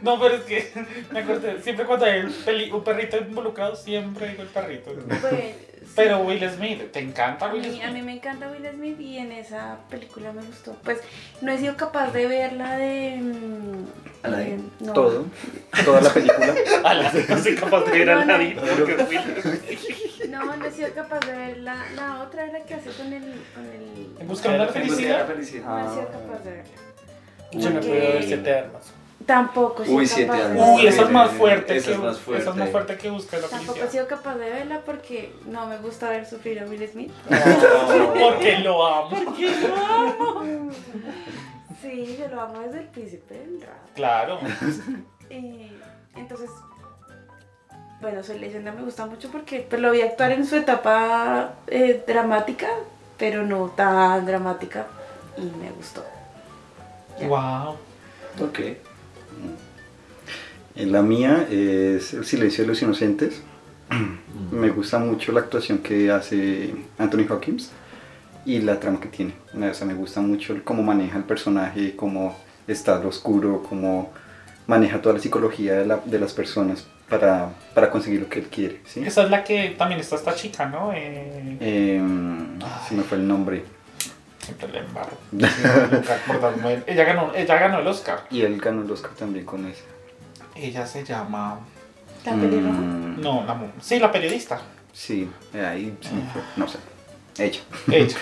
A: No, pero es que me acordé, siempre cuando hay un, peli- un perrito involucrado, siempre digo el perrito.
C: Pues,
A: Pero Will Smith, ¿te encanta
C: a
A: Will
C: mí,
A: Smith?
C: a mí me encanta Will Smith y en esa película me gustó. Pues no he sido capaz de verla de. mm,
E: Aladdin.
C: eh, no.
B: Todo. Toda la película.
A: Aladín, no soy Ah, capaz de ver a Aladín porque es Will Smith.
C: No, no he sido capaz de ver la, la otra, era que hace con el. Con el
D: En busca de la felicidad.
E: Pues felicidad.
A: Ah.
C: no he sido capaz de verla.
D: Yo no
E: Uy.
D: puedo ver siete armas.
C: Tampoco he sido
E: Uy,
C: capaz
E: siete
C: de
E: años.
C: verla.
A: Uy, esa es más fuerte.
E: Esa
A: que,
E: es más fuerte.
A: Esa es más fuerte que busca la
C: Tampoco he
A: felicidad.
C: sido capaz de verla porque no me gusta ver sufrir a Will Smith.
A: Porque lo amo.
C: Sí, yo lo amo desde el príncipe del rap.
A: Claro.
C: Eh, entonces, bueno, Soy Leyenda me gusta mucho porque pues, lo vi actuar en su etapa eh, dramática, pero no tan dramática, y me gustó. Ya.
A: Wow.
E: Ok.
B: Eh, La mía es El silencio de los inocentes.
E: Mm.
B: Me gusta mucho la actuación que hace Anthony Hawkins y la trama que tiene. O sea, me gusta mucho el- cómo maneja el personaje, cómo está lo oscuro, cómo maneja toda la psicología de, la- de las personas para, para conseguir lo que él quiere. ¿sí?
A: Esa es la que también está esta chica, ¿no? Eh,
B: Em, se me fue el nombre.
A: siempre le embarro. Siempre nunca acordándome de- Ella ganó, ella ganó el Oscar.
B: Y él ganó el Oscar también con ese.
A: Ella se llama.
C: ¿La pelirroja?
B: Mm,
A: No, la mu- Sí, la periodista.
B: Sí, ahí se me fue, No sé. Ella.
A: Ella.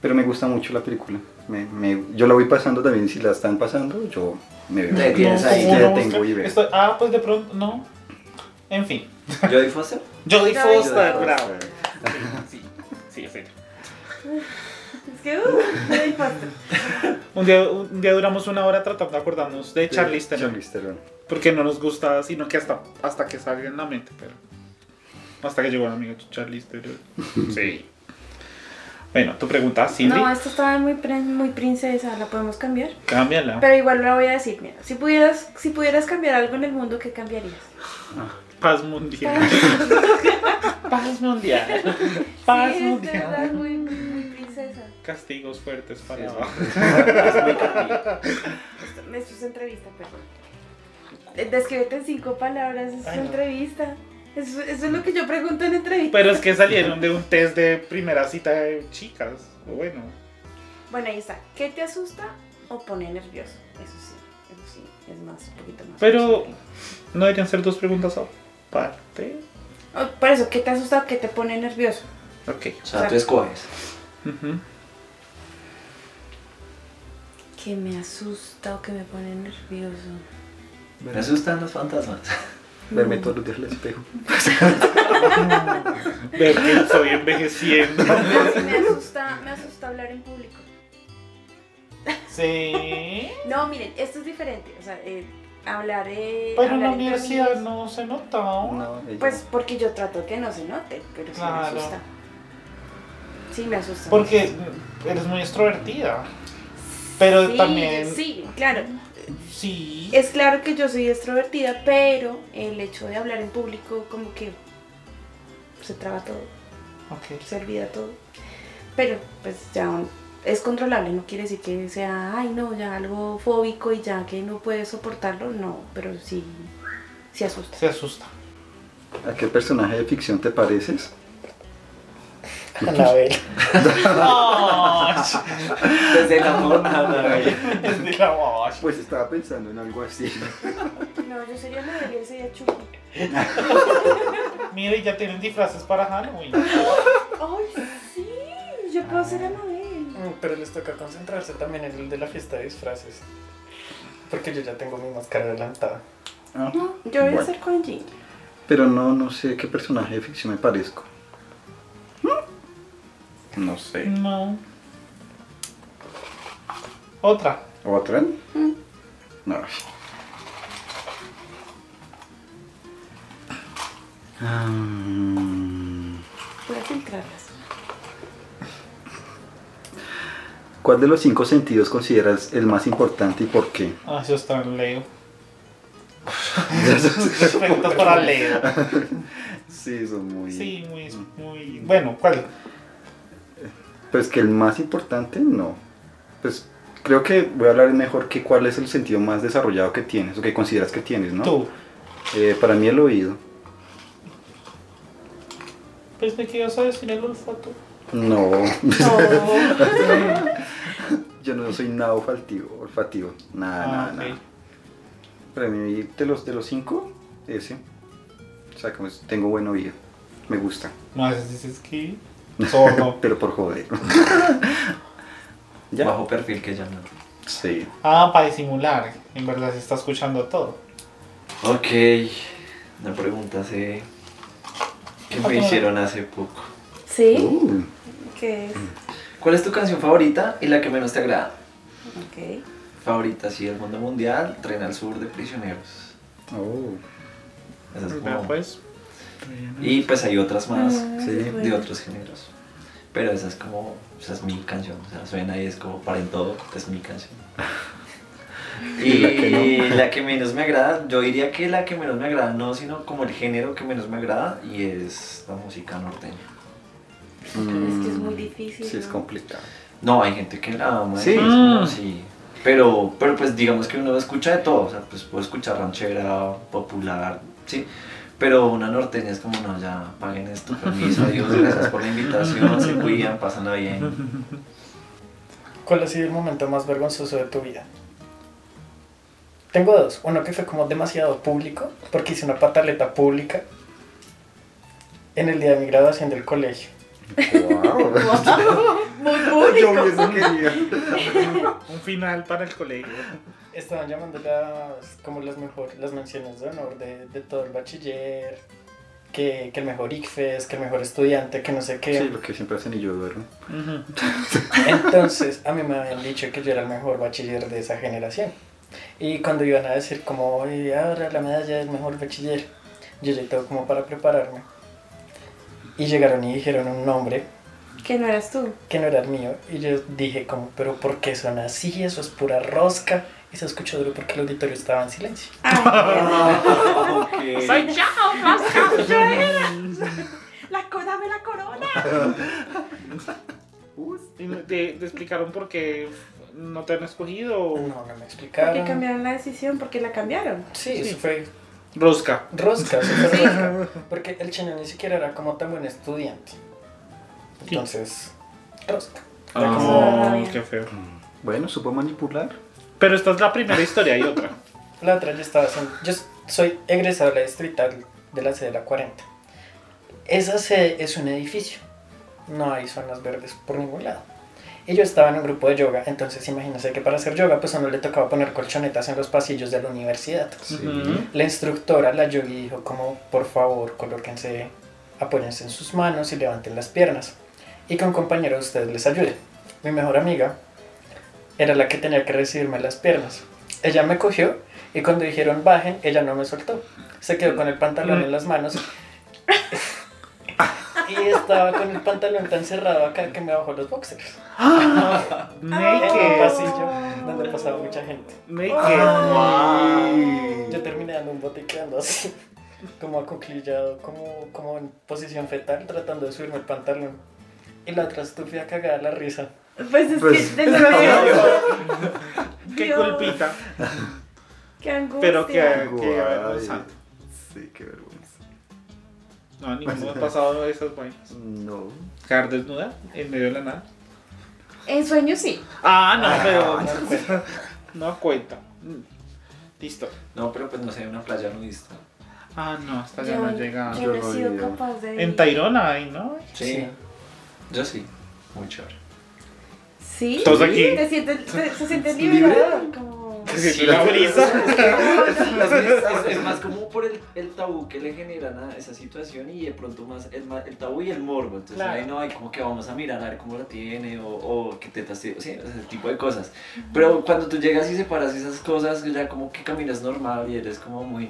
B: Pero me gusta mucho la película. Me- me- yo la voy pasando también. Si la están pasando, yo me veo.
E: Te tienes
A: No,
E: ahí.
A: ¿cómo
B: Ya
A: no?
B: tengo y veo.
A: Estoy- ah, pues de pronto, no. En fin.
E: Jodie Foster.
A: Jodie
C: Jodie
A: Foster,
E: Foster.
A: bravo. Sí, sí, sí.
C: Es que, uh, me impacta.
A: Un día, un día duramos una hora tratando de acordarnos de Charlize Theron.
B: Charlize Theron.
A: Porque no nos gusta, sino que hasta, hasta que salga en la mente, pero. Hasta que llegó la amiga Charlize Theron. Sí. Bueno, tu pregunta, Cindy,
C: No, esta estaba muy, prin- muy princesa, la podemos cambiar.
A: cámbiala.
C: Pero igual la voy a decir, mira, si pudieras, si pudieras cambiar algo en el mundo, ¿qué cambiarías?
A: Paz mundial. Paz mundial. Paz
C: sí, es de verdad,
A: mundial.
C: muy, muy, muy princesa.
A: Castigos fuertes para.
E: Es muy Carly.
C: Esto, esto es entrevista, perdón. Eh, Descríbete en cinco palabras, es
A: Ay,
C: una
A: no.
C: entrevista. Eso, eso es lo que yo pregunto en entrevista.
A: Pero es que salieron de un test de primera cita de chicas. Bueno, Pues-
C: Bueno, ahí está. ¿Qué te asusta o pone nervioso? Eso sí, eso sí, es más, un poquito más.
A: Pero-
C: posible.
A: no deberían ser dos preguntas aparte.
C: Oh, Por eso, ¿qué te asusta o qué te pone nervioso?
A: Ok.
E: O sea, tú escoges.
A: Ujú.
C: ¿Qué me asusta o qué me pone nervioso?
E: Me asustan los fantasmas.
B: Verme todos los días al espejo.
A: Ver que estoy envejeciendo.
C: Ah, sí, me asusta, me asusta hablar en público.
A: Sí.
C: No, miren, esto es diferente. O sea, eh, hablar. eh,
A: Pero en la
C: hablar en
A: universidad
C: reuniones,
A: no se notaba.
B: No, ella-
C: Pues porque yo trato que no se note, pero sí
A: Claro.
C: me asusta. Sí, me asusta.
A: Porque eres muy extrovertida. Pero
C: Sí,
A: también.
C: Sí, claro.
A: Sí.
C: Es claro que yo soy extrovertida, pero el hecho de hablar en público, como que se traba todo,
A: Ok.
C: se olvida todo. Pero pues ya un- es controlable, no quiere decir que sea, ay no, ya algo fóbico y ya que no puedes soportarlo, no, pero sí, sí asusta.
A: Se asusta.
B: ¿A qué personaje de ficción te pareces?
D: Anabel.
E: Desde la mona, Anabel.
A: es de la voz.
B: Pues estaba pensando en algo así.
C: No, yo sería la de sería Chucky.
A: Mira, y ya tienen disfraces para Halloween.
C: ¡Ay, sí! Yo puedo
A: Ah.
C: ser Anabel.
D: Mm, Pero les toca concentrarse también en el de la fiesta de disfraces. Porque yo ya tengo mi máscara adelantada.
B: Ah,
C: Yo voy
B: Bueno.
C: a ser Conji.
B: Pero no, no sé qué personaje de ficción me parezco. ¿Mm? No sé.
A: No. Otra.
B: ¿Otra? No. Ah,
C: Voy a filtrarlas.
B: ¿Cuál de los cinco sentidos consideras el más importante y por qué?
A: Ah, eso está en Leo. Preguntas para Leo.
B: Sí, son muy...
A: Sí, muy, muy. Bueno, ¿cuál?
B: Pues que el más importante, no. Pues creo que voy a hablar mejor que cuál es el sentido más desarrollado que tienes o que consideras que tienes, ¿no?
A: Tú.
B: Eh, para mí el oído.
A: Pensé que ibas a decir el olfato.
B: No,
A: No.
B: yo no soy nada olfativo, olfativo. Nada,
A: Ah,
B: nada,
A: ok.
B: nada. Para mí, de los, de los cinco, ese. O sea, como es- tengo buen oído. Me gusta.
A: Más dices que. Sordo.
B: Pero por joder. ¿Ya?
E: Bajo perfil que llaman.
B: Sí.
A: Ah, para disimular. En verdad se está escuchando todo.
E: Ok. Una pregunta hace. que me hicieron hace poco.
C: ¿Sí?
B: Uh,
C: ¿Qué es?
E: ¿Cuál es tu canción favorita y la que menos te agrada?
C: Ok.
E: Favorita, sí, El Mundo Mundial, Tren al Sur de Prisioneros.
B: oh,
E: Esa es
A: Vea,
E: como-
A: pues.
E: Y pues hay otras más
C: Ah,
B: sí,
C: es
E: de
C: bueno.
E: otros géneros. Pero esa es como, esa es mi canción. O sea, suena y es como para en todo, es mi canción. Y la que, menos me agrada, yo diría que la que menos me agrada, no, sino como el género que menos me agrada y es la música norteña.
C: Es que es muy
B: mm,
C: difícil,
B: Sí, es
C: ¿no?
B: complicado.
E: No, hay gente que la ama.
B: Sí.
E: es como,
A: Mm.
E: sí. Pero, pero pues digamos que uno escucha de todo. O sea, pues puedo escuchar ranchera, popular, sí. Pero una norteña es como, no, ya paguen esto, permiso, adiós, gracias por la invitación, se cuidan, pasan bien.
D: ¿Cuál ha sido el momento más vergonzoso de tu vida? Tengo dos. Uno que fue como demasiado público, porque hice una pataleta pública en el día de mi graduación del colegio.
B: Wow.
C: Muy público.
B: hubiese querido.
A: Un final para el colegio.
D: Estaban llamando las, como las mejor, las menciones de honor de, de todo el bachiller, que, que el mejor ICFES, que el mejor estudiante, que no sé qué.
B: Sí, lo que siempre hacen y yo duermo.
A: Ujú.
D: Entonces, a mí me habían dicho que yo era el mejor bachiller de esa generación. Y cuando iban a decir como, oye, ahora la medalla del mejor bachiller, yo ya todo como para prepararme. Y llegaron y dijeron un nombre
C: Que no eras tú.
D: que no era el mío. Y yo dije como, pero ¿por qué son así? Eso es pura rosca. Y se escuchó duro porque el auditorio estaba en silencio.
C: Ay,
E: Ok.
C: la coda me la corona.
A: ¿Y no- ¿Te, te explicaron por qué no te han escogido? o-
D: Oh, No, no me explicaron.
C: Porque cambiaron la decisión, porque la cambiaron.
D: Sí, eso fue
A: Rosca.
D: rosca, eso fue rosca. Porque el chino ni siquiera era como tan buen estudiante. Entonces, rosca. Era
A: Ah,
D: como-
C: como-
A: qué feo.
B: Bueno, supo manipular.
A: Pero esta es la primera historia y otra.
D: La otra yo estaba haciendo. Yo soy egresado de la distrital de la sede de la 40. Esa sede es un edificio. No hay zonas verdes por ningún lado. Y yo estaba en un grupo de yoga, entonces imagínense que para hacer yoga pues a uno le tocaba poner colchonetas en los pasillos de la universidad.
A: Ujú.
D: La instructora, la yogi, dijo como por favor colóquense, apóyense en sus manos y levanten las piernas. Y que un compañero de ustedes les ayude. Mi mejor amiga era la que tenía que recibirme las piernas. Ella me cogió y cuando dijeron bajen, ella no me soltó. Se quedó con el pantalón en las manos. y estaba con el pantalón tan cerrado acá que me bajó los boxers. En un
A: Naked.
D: pasillo donde pasaba mucha gente.
A: Naked.
D: Yo terminé dando un bote y quedando así, como acuclillado, como, como en posición fetal, tratando de subirme el pantalón. Y la otra estúpida cagada de la risa.
C: Pues es
B: Pues-
C: que de lo que
A: Qué
C: Dios.
A: culpita.
C: Qué angustia.
A: Pero que, que
B: Guay.
A: avergonzante.
B: Sí, qué vergüenza.
A: No, ni me ha pasado esas vainas.
B: No.
A: Caer desnuda en medio de la nada.
C: En sueños sí.
A: Ah, no, pero
D: No me acuerdo.
A: no cuenta. Mm. Listo.
E: No, pero pues no sé, una playa nudista.
A: Ah, no, hasta ya
C: Yo,
A: no llega.
C: yo no he
B: Yo no
C: sido
B: he ido.
C: capaz de.
A: En Tairona, ahí, ¿no?
D: Sí.
E: Yo sí. Mucho.
C: Sí.
A: Todos aquí.
C: Te sientes, te- se sientes
B: ¿Libre?
C: liberado. Como...
A: Sí, la brisa.
E: es, es más como por el, el tabú que le generan a esa situación y de pronto más el, ma- el tabú y el morbo. Entonces
A: Claro.
E: ahí no hay como que vamos a mirar a ver cómo la tiene o, o qué tetas tiene, sí, ese tipo de cosas. Pero cuando tú llegas y separas esas cosas, ya como que caminas normal y eres como muy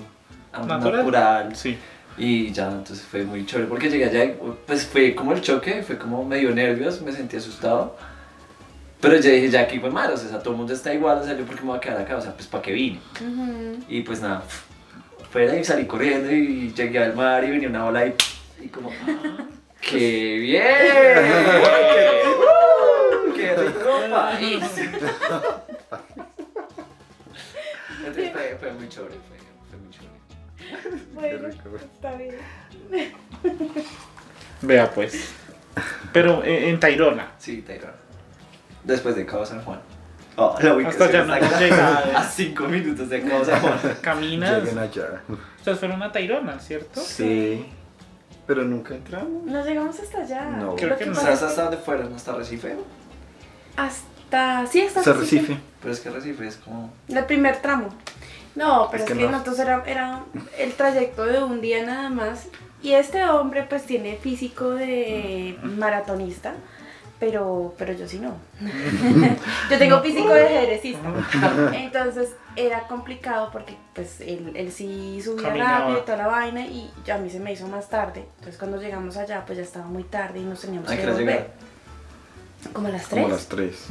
A: Natural.
E: natural.
A: Sí.
E: Y ya, entonces fue muy chévere porque llegué allá y pues fue como el choque, fue como medio nervios, me sentí asustado. Pero ya dije, ya aquí fue mal, o sea, todo el mundo está igual, o sea, yo por qué me voy a quedar acá, o sea, pues para qué vine.
C: Ujú.
E: Y pues nada, fuera y salí corriendo y llegué al mar y venía una ola y, y como, ¡ah! ¡qué bien! ¡Uh! ¡Qué rico país! Entonces fue, fue muy chévere, fue, fue muy chévere.
C: Bueno,
B: rico.
C: está bien.
A: Vea, pues. Pero eh, en Tairona.
E: Sí, Tayrona. Después de Cabo San Juan. Oh, la
A: Hasta ya
E: ubicación
A: no
E: está
A: llega.
E: a 5 minutos de Cabo San Juan.
A: Caminas.
B: Lleguen allá.
A: Ustedes fueron a Tairona, ¿cierto?
B: Sí. Pero nunca entramos.
C: Nos llegamos hasta allá.
B: No.
A: Creo
C: Lo
A: que no.
C: pasa
E: ¿Sabes
C: es que
E: hasta dónde fueron? ¿Hasta Recife?
C: Hasta. Sí, hasta
B: Se
C: Recife.
B: recife.
E: Pero es que Recife es como...
C: El primer tramo. No, pero
B: Es
C: es,
B: que
C: que,
B: no.
C: nosotros era, era el trayecto de un día nada más. Y este hombre pues tiene físico de
B: Mm.
C: maratonista, pero, pero yo sí no. yo tengo físico de ajedrecista. Entonces era complicado porque pues él, él sí subía
A: Caminaba.
C: rápido y toda la vaina y yo- a mí se me hizo más tarde. Entonces cuando llegamos allá pues ya estaba muy tarde y nos teníamos
E: ¿A
C: que
E: qué hora
C: volver.
E: llegaron?
C: Como a las 3.
B: Como las tres.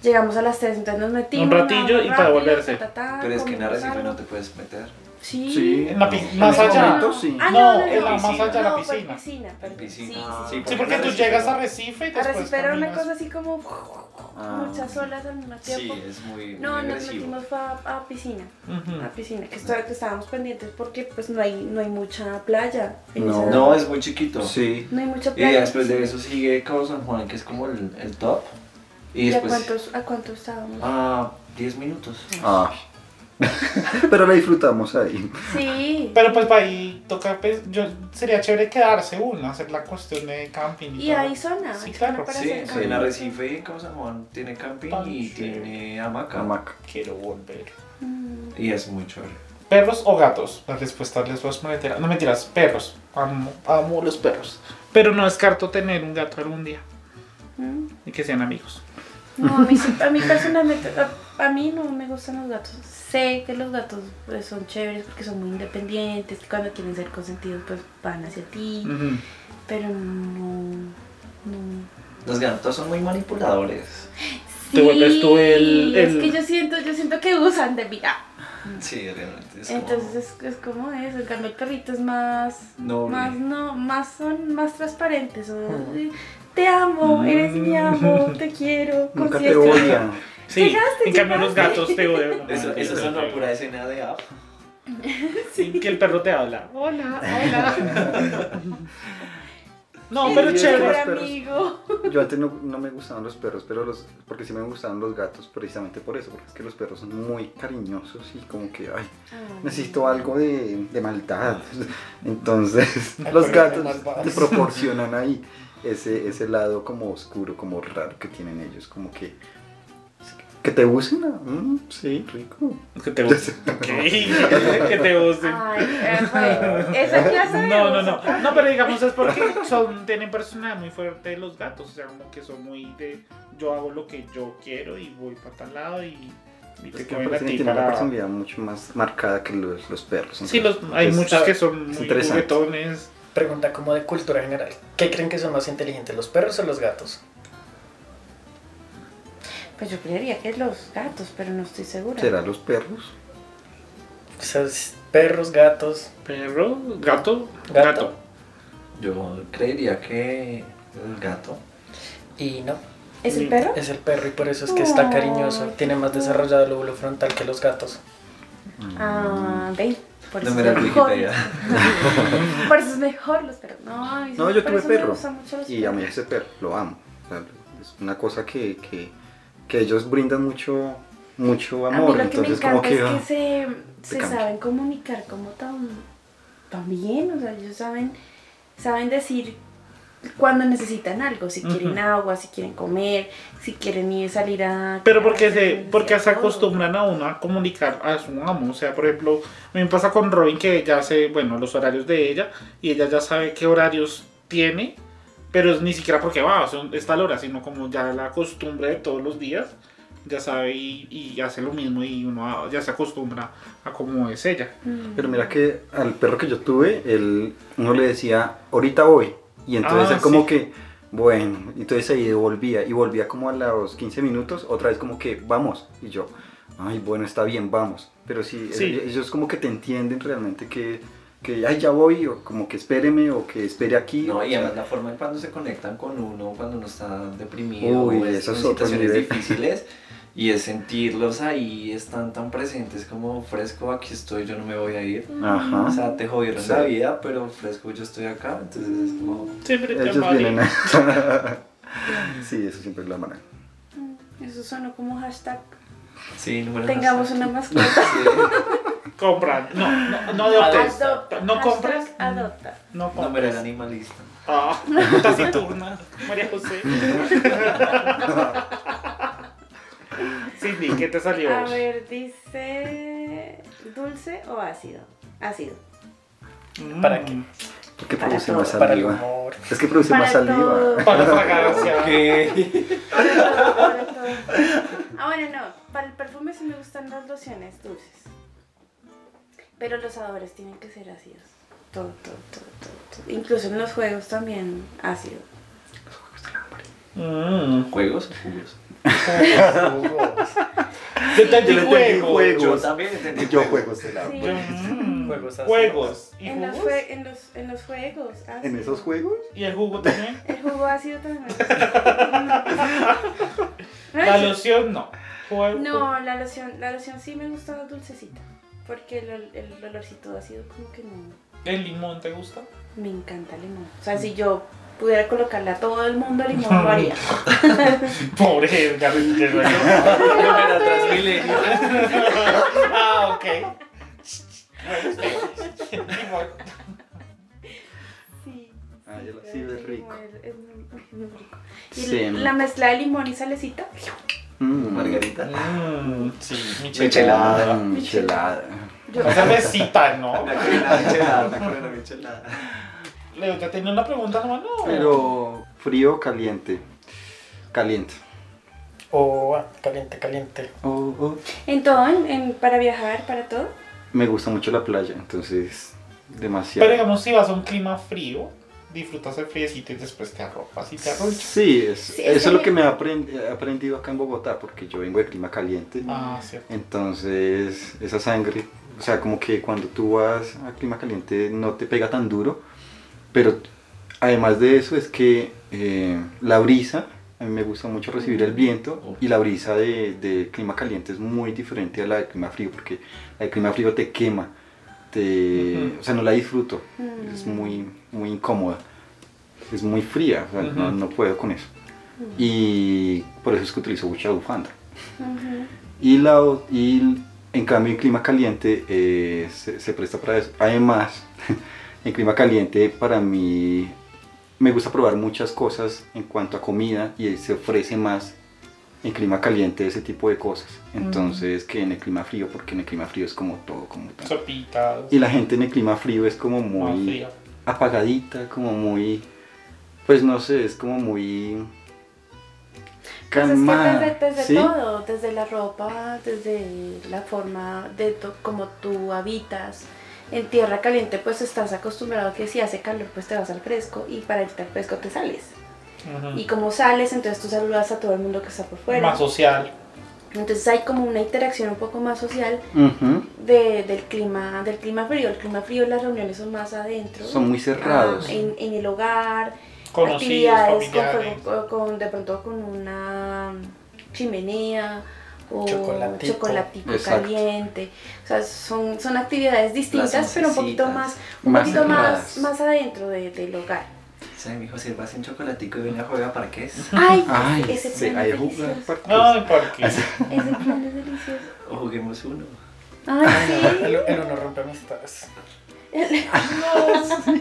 C: Llegamos a las 3, entonces nos metimos.
A: Un ratillo
C: nada,
A: y para volverse.
C: ta, ta, ta,
E: Pero es que en la
C: comimos
E: Recife
C: algo.
E: no te puedes meter.
C: Sí.
A: En la pi-
B: En
A: más
B: ese
A: allá.
B: momento, sí.
C: Ah,
A: No,
C: no, no, no.
A: en la
E: más
C: Piscina.
A: allá de la
C: No, fue
A: piscina.
C: piscina, perdón.
E: Piscina.
C: Sí,
E: Ah,
C: sí,
E: sí,
A: Sí, porque tú llegas a Recife y
C: A
A: después.
C: Recife era una
A: caminas.
C: cosa así como
B: Ah.
C: muchas olas al mismo
E: Sí,
C: tiempo.
E: es muy,
C: No,
E: muy
C: nos
E: agresivo.
C: metimos fue a, a piscina,
A: Ujú.
C: a piscina, que, esto- que estábamos pendientes porque pues no hay, no hay mucha playa. en
B: No.
C: esa-
E: No, es muy
C: Ah.
E: chiquito.
B: Sí.
C: no hay mucha
E: Y
C: playa.
E: después de eso sigue Cabo San Juan, que es como el, el top. Y
C: ¿Y a
E: después...
C: cuántos, a cuánto estábamos?
E: Ah, 10 minutos.
B: Ah. Pero la disfrutamos ahí.
C: Sí.
A: Pero pues para ahí toca, pues, yo, sería chévere quedarse uno, hacer la cuestión de camping. Y,
C: Y
A: todo.
C: hay zona,
A: Ah. Sí,
C: hay zona
A: claro.
C: para
E: Sí,
C: hacer
E: sí, en
C: camping.
E: Arrecife, Cabo San Juan tiene camping
A: Tan
E: y
A: chévere.
E: tiene hamaca.
B: Hamaca.
A: Quiero volver.
C: Mm,
E: Y es muy chévere.
A: ¿Perros o gatos? La respuesta les voy a poner. No mentiras, perros. Amo, amo los perros. Pero no descarto tener un gato algún día
C: Mm.
A: y que sean amigos.
C: No, a mí, sí- a mí personalmente, a, a mí no me gustan los gatos. Sé que los gatos pues, son chéveres porque son muy independientes, que cuando quieren ser consentidos pues van hacia ti,
A: Ujú.
C: pero no... no.
E: Los gatos son muy manipuladores.
A: Te vuelves tú el-
C: es
A: el-
C: que yo siento, yo siento que usan de mí. Ah.
E: Sí, realmente. Es como
C: Entonces es, es como eso, en cambio el perrito es más...
E: noble.
C: Más no, más son más transparentes. son,
D: Mm.
C: Te amo, eres mi amor,
A: Mm.
C: te quiero,
B: Nunca te
C: consiéntame".
B: odia.
A: Sí,
C: Llegaste,
A: en cambio los
C: llegaste.
A: gatos te odian.
E: Eso, eso es una pura escena de app.
A: Sí, que el perro te habla.
C: Hola, hola.
A: No,
B: Sí,
A: pero chévere.
B: yo- los
C: Chévere
B: perros.
C: amigo.
B: Yo antes no, no me gustaban los perros, pero los, porque sí me gustaban los gatos, precisamente por eso, porque es que los perros son muy cariñosos y como que, ay, necesito algo de, de maldad. Entonces,
D: El
B: los
D: perro de
B: gatos
D: malvadas.
B: te proporcionan ahí ese, ese lado como oscuro, como raro que tienen ellos, como que... Que te usen, ah, mm, sí, rico.
A: Que Ah, te gusten. Ok, que te gusten.
C: Ay, eh, pues, Rafael, esa clase de
A: No, no, no.
C: cosas.
A: No, pero digamos es porque son, tienen personalidad muy fuerte los gatos. O sea, como que son muy de yo hago lo que yo quiero y voy para tal lado y, y te
B: Es que
A: comen a
B: parecen que
A: ti
B: tienen una
A: para.
B: personalidad mucho más marcada que los, los perros.
A: Sí, los, hay
B: Es-
A: muchos que son
B: es
A: muy
B: interesante.
A: juguetones.
D: Pregunta como de cultura general. ¿Qué creen que son más inteligentes, los perros o los gatos?
C: Pues yo creería que los gatos, pero no estoy segura.
B: ¿Serán los perros?
D: O sea, es- perros, gatos.
A: Perro, gato, gato.
D: Gato.
E: Yo creería que el gato.
D: Y no,
C: ¿Es el perro?
D: es el perro y por eso es que está cariñoso. Tiene más desarrollado el lóbulo frontal que los gatos.
C: Ah, ven. Por
E: No
C: eso,
E: me
C: es
E: la
C: mejor.
E: Wikipedia.
C: por eso es mejor los perros. No, a mí sí-
B: No, yo
C: por
B: tuve
C: eso me
B: perro.
C: gustan mucho los
B: Y a mí
C: perros.
B: ese perro, lo amo. O sea, es una cosa que, que, que ellos brindan mucho, mucho
C: A mí
B: amor.
C: lo que me
B: Entonces, como
C: encanta
B: que.
C: es que
B: ah,
C: se, se
B: cambia.
C: saben comunicar como tan, tan bien, o sea, ellos saben, saben decir cuando necesitan algo, si quieren
A: Ujú.
C: agua, si quieren comer, si quieren ir a salir a...
A: Pero porque se,
C: quieren
A: porque
C: hacer
A: se
C: todo.
A: acostumbran a uno a comunicar a su amo. O sea, por ejemplo, me pasa con Robin que ella hace, bueno, los horarios de ella y ella ya sabe qué horarios tiene, pero es ni siquiera porque va, son, es tal hora, sino como ya la costumbre de todos los días, ya sabe y, y hace lo mismo y uno a- ya se acostumbra a cómo es ella.
C: Mm.
B: Pero mira que al perro que yo tuve, él, uno le decía, ahorita voy. Y entonces
A: Ah,
B: él, como
A: sí.
B: que, bueno, entonces ahí volvía. Y volvía como a los 15 minutos, otra vez como que, vamos. Y yo, ay, bueno, está bien, vamos. Pero sí,
A: Sí.
B: ellos- ellos como que te entienden realmente que, que, ay, ya voy, o como que espéreme, o que espere aquí.
E: No,
B: o
E: y
B: sea,
E: además la forma en cuando se conectan con uno, cuando uno está deprimido,
B: Uy,
E: o es-
B: eso es
E: en
B: otro
E: situaciones
B: nivel.
E: difíciles, y es sentirlos ahí, están tan presentes como fresco, aquí estoy, yo no me voy a ir.
B: Ajá.
E: O sea, te jodieron
B: Sí.
E: la vida, pero fresco, yo estoy acá, entonces es como...
A: Siempre te
B: Ellos
A: amaré.
B: vienen a... sí, eso siempre es la manera.
C: Mm, Eso sonó como hashtag.
E: Sí, número
C: Tengamos una mascota.
A: Compran. No, no, no adoptes.
C: Adopta.
A: ¿No
C: Hashtag
A: compras?
C: Adopta.
A: No
E: No me
A: compras.
E: era animalista.
A: Ah, taciturna. María José. Cindy, ¿qué te salió?
C: A ver, dice dulce o ácido. Ácido.
A: Mm.
D: ¿Para qué?
B: Porque
C: Para
B: produce
C: todo,
B: más
D: Para el
B: saliva.
D: humor.
B: Es que produce
C: Para
B: más saliva.
C: todo.
A: Para fragancia.
C: Para todo, para todo. Ah, bueno, no. Para el perfume sí me gustan las lociones dulces. Pero los sabores tienen que ser ácidos. Todo, todo, todo, todo. todo. Incluso en los juegos también ácido.
A: Mm.
E: ¿Juegos? Juegos.
A: Yo entendí
B: Yo le entendí
A: juego.
B: juego.
E: Yo también entendí
B: de
C: Sí.
A: Yo, mm,
D: Juegos así.
A: Juegos. ¿Y
C: En los,
A: jugos?
C: jue- en, los, en los juegos. ácido.
B: ¿En esos juegos?
A: ¿Y el jugo también?
C: El jugo ácido también.
A: La loción no. Juego.
C: No, la loción, la loción sí me gustaba dulcecita. Porque el, ol- el olorcito ácido como que no.
A: ¿El limón te gusta?
C: Me encanta el limón. O sea, si yo pudiera colocarle a todo el mundo limón, lo haría.
A: Pobre Edgar. de verdad.
E: Número Transmilenio.
A: ah, ok. Limón.
C: Sí.
B: Ah, yo lo-
C: pero
B: sí,
C: el
B: es rico.
C: limón Es, es muy, es muy rico. Y
B: Sí.
C: el- la mezcla de limón y salecita.
B: Mm.
E: Margarita.
A: Mm, sí, michelada.
E: Michelada.
B: Ah, Michelada.
C: Yo,
A: Esa mesita, ¿no?
E: Una corona michelada, una corona michelada.
A: Leo, ya tenía una pregunta nomás,
C: Oh.
A: no.
B: Pero frío o caliente. Caliente.
D: O ah, caliente, caliente.
B: Oh, oh.
C: En todo, en, en- para viajar, para todo.
B: Me gusta mucho la playa, entonces demasiado.
A: Pero digamos, si vas a un clima frío, disfrutas el friecito y después te arropas y te arrochas.
B: Sí, es-
C: Sí, es
B: eso es
C: que
B: lo que
C: me-
B: me ha aprend- he aprendido acá en Bogotá, porque yo vengo de clima caliente.
A: Ah, cierto.
B: Entonces, esa sangre, o sea, como que cuando tú vas a clima caliente no te pega tan duro, pero además de eso es que eh, la brisa, a mí me gusta mucho recibir el viento y la brisa de, de clima caliente es muy diferente a la de clima frío, porque la de clima frío te quema, te,
A: Ujú.
B: o sea, no la disfruto,
C: Mm.
B: es muy, muy incómoda, es muy fría, o sea, no,
A: Ujú.
B: no puedo con eso.
C: Mm.
B: Y por eso es que utilizo mucha bufanda.
C: Ujú.
B: Y, la, o- y en cambio en clima caliente eh, se, se presta para eso. Además, en clima caliente para mí me gusta probar muchas cosas en cuanto a comida y se ofrece más en clima caliente ese tipo de cosas. Entonces que en el clima frío, porque en el clima frío es como todo, como tal.
A: Sopitas.
B: Y la gente en el clima frío es como
A: más
B: muy
A: frío.
B: apagadita, como muy, pues no sé, es como muy...
C: Pues es que
B: calmada,
C: desde, desde
B: ¿sí?
C: todo, desde la ropa, desde la forma de to- como tú habitas. En tierra caliente pues estás acostumbrado que si hace calor pues te vas al fresco y para irte al fresco te sales.
A: Ujú.
C: Y como sales entonces tú saludas a todo el mundo que está por fuera.
A: Más social.
C: Entonces hay como una interacción un poco más social
B: Ujú.
C: de- del, clima, del clima frío. El clima frío las reuniones son más adentro.
B: Son muy cerrados.
C: Ah, en, en el hogar,
A: Conocidos,
C: actividades con,
A: familiares.
C: fuego- con- de pronto con una chimenea o
D: Chocolatico.
C: chocolatico
B: Exacto.
C: caliente. O sea, son, son actividades distintas,
E: Las
C: pero un poquito más,
E: oncecitas.
C: un
B: Más
C: poquito más,
B: cerradas.
C: más adentro de- del hogar.
E: ¿Sabe, mijo? Sirvas un chocolatico y ven a jugar a parques.
C: Ay,
B: Ay,
C: ese
B: sí,
C: plan
B: hay
C: es
B: jugar
C: delicioso.
B: parques.
A: No, ¿por qué?
C: Ese plan es delicioso.
E: O juguemos uno.
C: Ay,
D: El,
C: sí.
D: el uno rompe amistades.
C: No,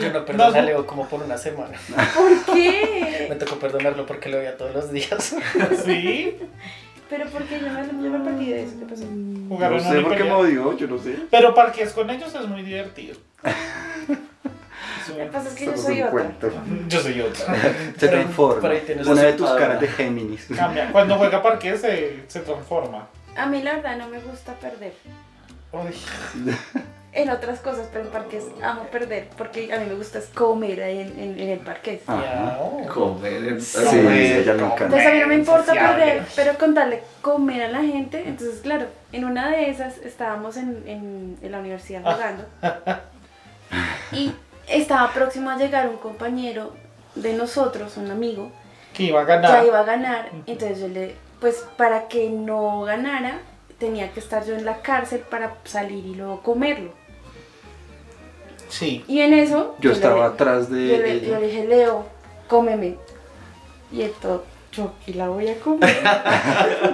D: Yo no perdoné a
A: No.
D: Leo como por una semana.
C: ¿Por
D: Me
C: qué?
D: tocó perdonarlo porque lo veía todos los días.
A: Sí,
C: Pero porque yo me, yo me perdí de eso. ¿Qué pasó?
A: jugaron
B: No sé por qué me
A: Monopoly.
B: odió, yo no sé.
A: Pero parques con ellos es muy divertido.
C: Lo que pasa es que yo
B: Somos
C: soy
B: un
C: otra.
B: cuento.
A: Yo soy otro.
B: Se
D: Por ahí-
B: transforma.
D: por ahí tienes
B: Una
D: la
B: de tus
E: palabra.
B: caras de Géminis.
A: Cambia. Cuando juega parques se, se transforma.
C: A mí la verdad no me gusta perder.
D: Uy,
C: en otras cosas, pero en parques amo perder, porque a mí me gusta es comer ahí en, en- en el parque.
B: Ah.
D: miau.
E: Comer.
B: Sí, ella le encanta.
C: Entonces Pues a mí no me importa
A: Sociable.
C: perder, pero contarle comer a la gente. Entonces, claro, en una de esas estábamos en, en- en la universidad jugando y estaba próximo a llegar un compañero de nosotros, un amigo,
A: Que iba a
C: ya
A: ganar.
C: iba a ganar. Entonces yo le, pues para que no ganara, tenía que estar yo en la cárcel para salir y luego comerlo.
A: Sí.
C: Y en eso...
B: Yo
C: le-
B: estaba atrás
C: Yo
B: de
C: le, yo
B: ella.
C: le dije, Leo, cómeme. Y entonces, yo aquí la voy a comer.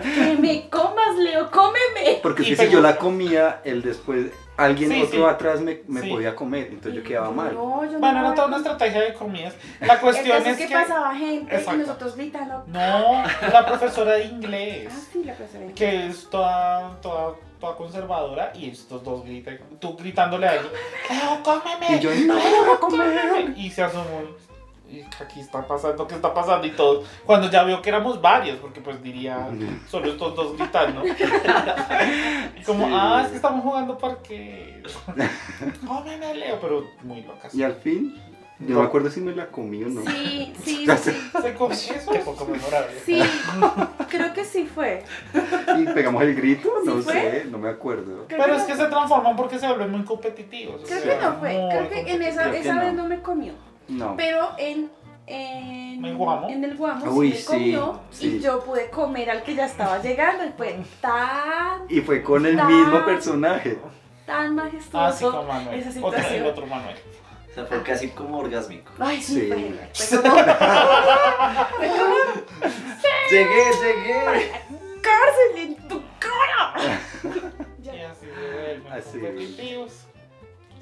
C: que me comas, Leo, cómeme.
B: Porque
A: Y
B: es que si
A: pegó.
B: yo la comía, él después, alguien
A: Sí,
B: otro
A: sí.
B: atrás me, me
A: Sí.
B: podía comer, entonces yo
C: Y
B: quedaba mal.
C: No, yo
A: Bueno,
C: no.
A: era toda una estrategia de comidas. La cuestión
C: Entonces,
A: es que.
C: ¿qué pasaba, gente?
A: Exacto.
C: Y nosotros gritando.
A: No, la profesora de
C: Ah,
A: inglés.
C: sí, la profesora.
A: Que es toda, toda, toda conservadora. Y estos dos gritan. Tú gritándole a ella. Leo, cómeme.
B: Y yo no.
A: Leo, cómeme. Y se asomó. Y aquí está pasando, ¿qué está pasando? Y todo. Cuando ya vio que éramos varios, porque pues diría solo estos dos gritando. Y como,
B: Sí.
A: ah, es que estamos jugando parque. Cómeme, Leo. Pero muy locas.
B: Y al fin, yo no me acuerdo si me la comí o no.
C: Sí, sí,
B: Ya sé.
C: sí.
A: Se comió eso.
D: Qué poco memorable.
C: Sí, creo que sí fue.
B: Y pegamos el grito,
C: ¿Sí
B: no
C: fue?
B: sé, no me acuerdo.
C: Creo
A: Pero
C: no
A: es que se transforman porque se vuelven muy competitivos. o
C: Creo
A: sea,
C: que no fue.
A: muy
C: Creo que en esa,
B: creo que
C: esa
B: no.
C: vez no me comió.
B: No.
C: Pero en. En,
A: ¿En Guamo?
C: en el Guamo
B: Uy,
C: sí me
B: sí,
C: comió y
B: sí.
C: yo pude comer al que ya estaba llegando y fue tan,
B: Y fue con el
C: Tan-
B: mismo personaje.
C: tan
A: Ah, sí,
C: majestuoso
A: con Manuel.
C: esa
A: Otra, el
C: situación.
A: otro Manuel.
E: O sea, fue casi como orgásmico.
C: Ay, sí,
B: Sí.
C: fue genial. Fue como, fue como
E: Llegué, llegué.
C: cárcel en tu cara.
A: Y
C: Ya.
A: así se vuelven
B: Así.
A: competitivos.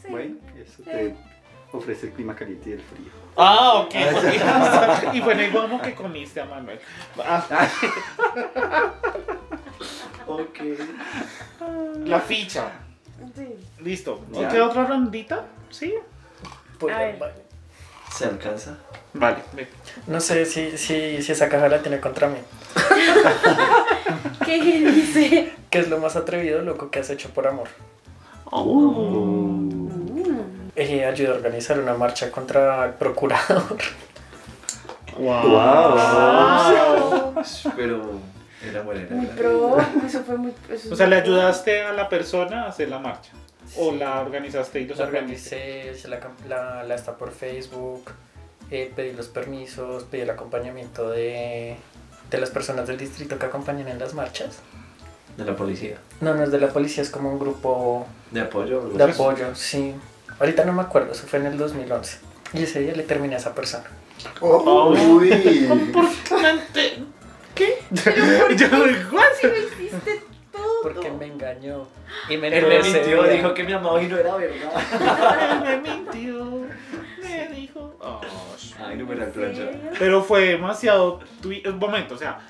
C: Sí.
B: Bueno, eso te ofrece el clima caliente y el frío.
A: Ah, ok. porque- Ah, y fue en el guamo que comiste a Manuel. Ah,
E: Ok.
A: la ficha.
C: Sí.
A: Listo.
B: Ya.
A: ¿Qué otra rondita? Sí.
D: Voy
C: A
D: al
C: ver.
D: baño.
E: ¿Se alcanza?
A: Vale, ve.
D: No sé si, si, si esa caja la tiene contra mí.
C: ¿Qué dice?
D: ¿Qué es lo más atrevido, loco, que has hecho por amor?
B: Uh.
A: Uh.
D: Eh, ayudé a organizar una marcha contra el procurador.
A: Wow.
B: ¡Wow!
A: Ah.
C: Wow.
E: Pero era buena, era
C: Muy
E: buena.
C: pro, eso fue muy... eso
A: O sea, le
C: fue-
A: ayudaste a la persona a hacer la marcha. O la organizaste y los
D: La
A: organizaste.
D: organicé, se la, cam- la, la está por Facebook, eh, pedí los permisos, pedí el acompañamiento de, de las personas del distrito que acompañan en las marchas.
E: De la policía.
D: No, no es de la policía, es como un grupo
E: De apoyo. algo
D: de
E: así.
D: apoyo, sí. Ahorita no me acuerdo, eso fue en el 2011. Y ese día le terminé a esa persona.
B: Oh.
A: Oh.
B: ¡Uy!
A: ¿Qué? Yo, ¿what?
C: Si lo hiciste todo.
D: Porque me engañó. Y me
E: Él me
D: enteré ese
E: mintió,
D: día.
E: dijo que mi amado y no era verdad.
A: Me mintió. Me dijo. Oh, sh-
E: Ay, no me la
C: ¿En
E: plancha.
C: serio?
A: Pero fue demasiado. tui- Un momento, o sea,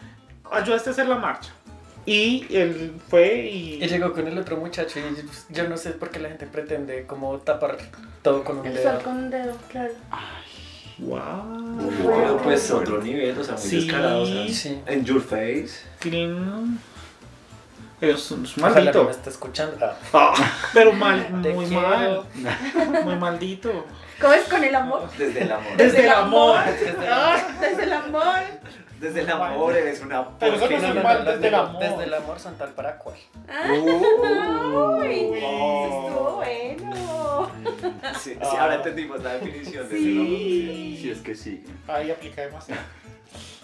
A: ayudaste a hacer la marcha. Y él fue y.
D: Y llegó con el otro muchacho y pues, yo no sé por qué la gente pretende como tapar todo con un
C: El
D: dedo.
C: sol con un dedo, claro.
A: Wow.
E: Pero pues otro nivel, o sea, muy
A: Sí.
E: descarado. O sea,
D: Sí.
E: En your face.
A: Clean. Eres un es un
D: Ojalá no
A: maldito.
D: me esté escuchando. Ah,
A: Ah, pero mal,
D: te
A: muy
D: quiero.
A: mal. Muy maldito.
C: ¿Cómo es con el amor?
E: Desde el amor.
A: Desde el amor.
C: Desde el amor.
E: Desde el amor eres una
A: Pero eso no
D: No, no,
A: es
D: no,
A: mal,
D: no,
A: desde el amor.
D: Desde el amor son tal para cual.
C: Ah, Ay, eso
A: Oh.
C: estuvo bueno.
E: Sí, sí, ahora entendimos la definición desde
A: Sí.
B: Si es que sí.
A: Ahí aplica demasiado.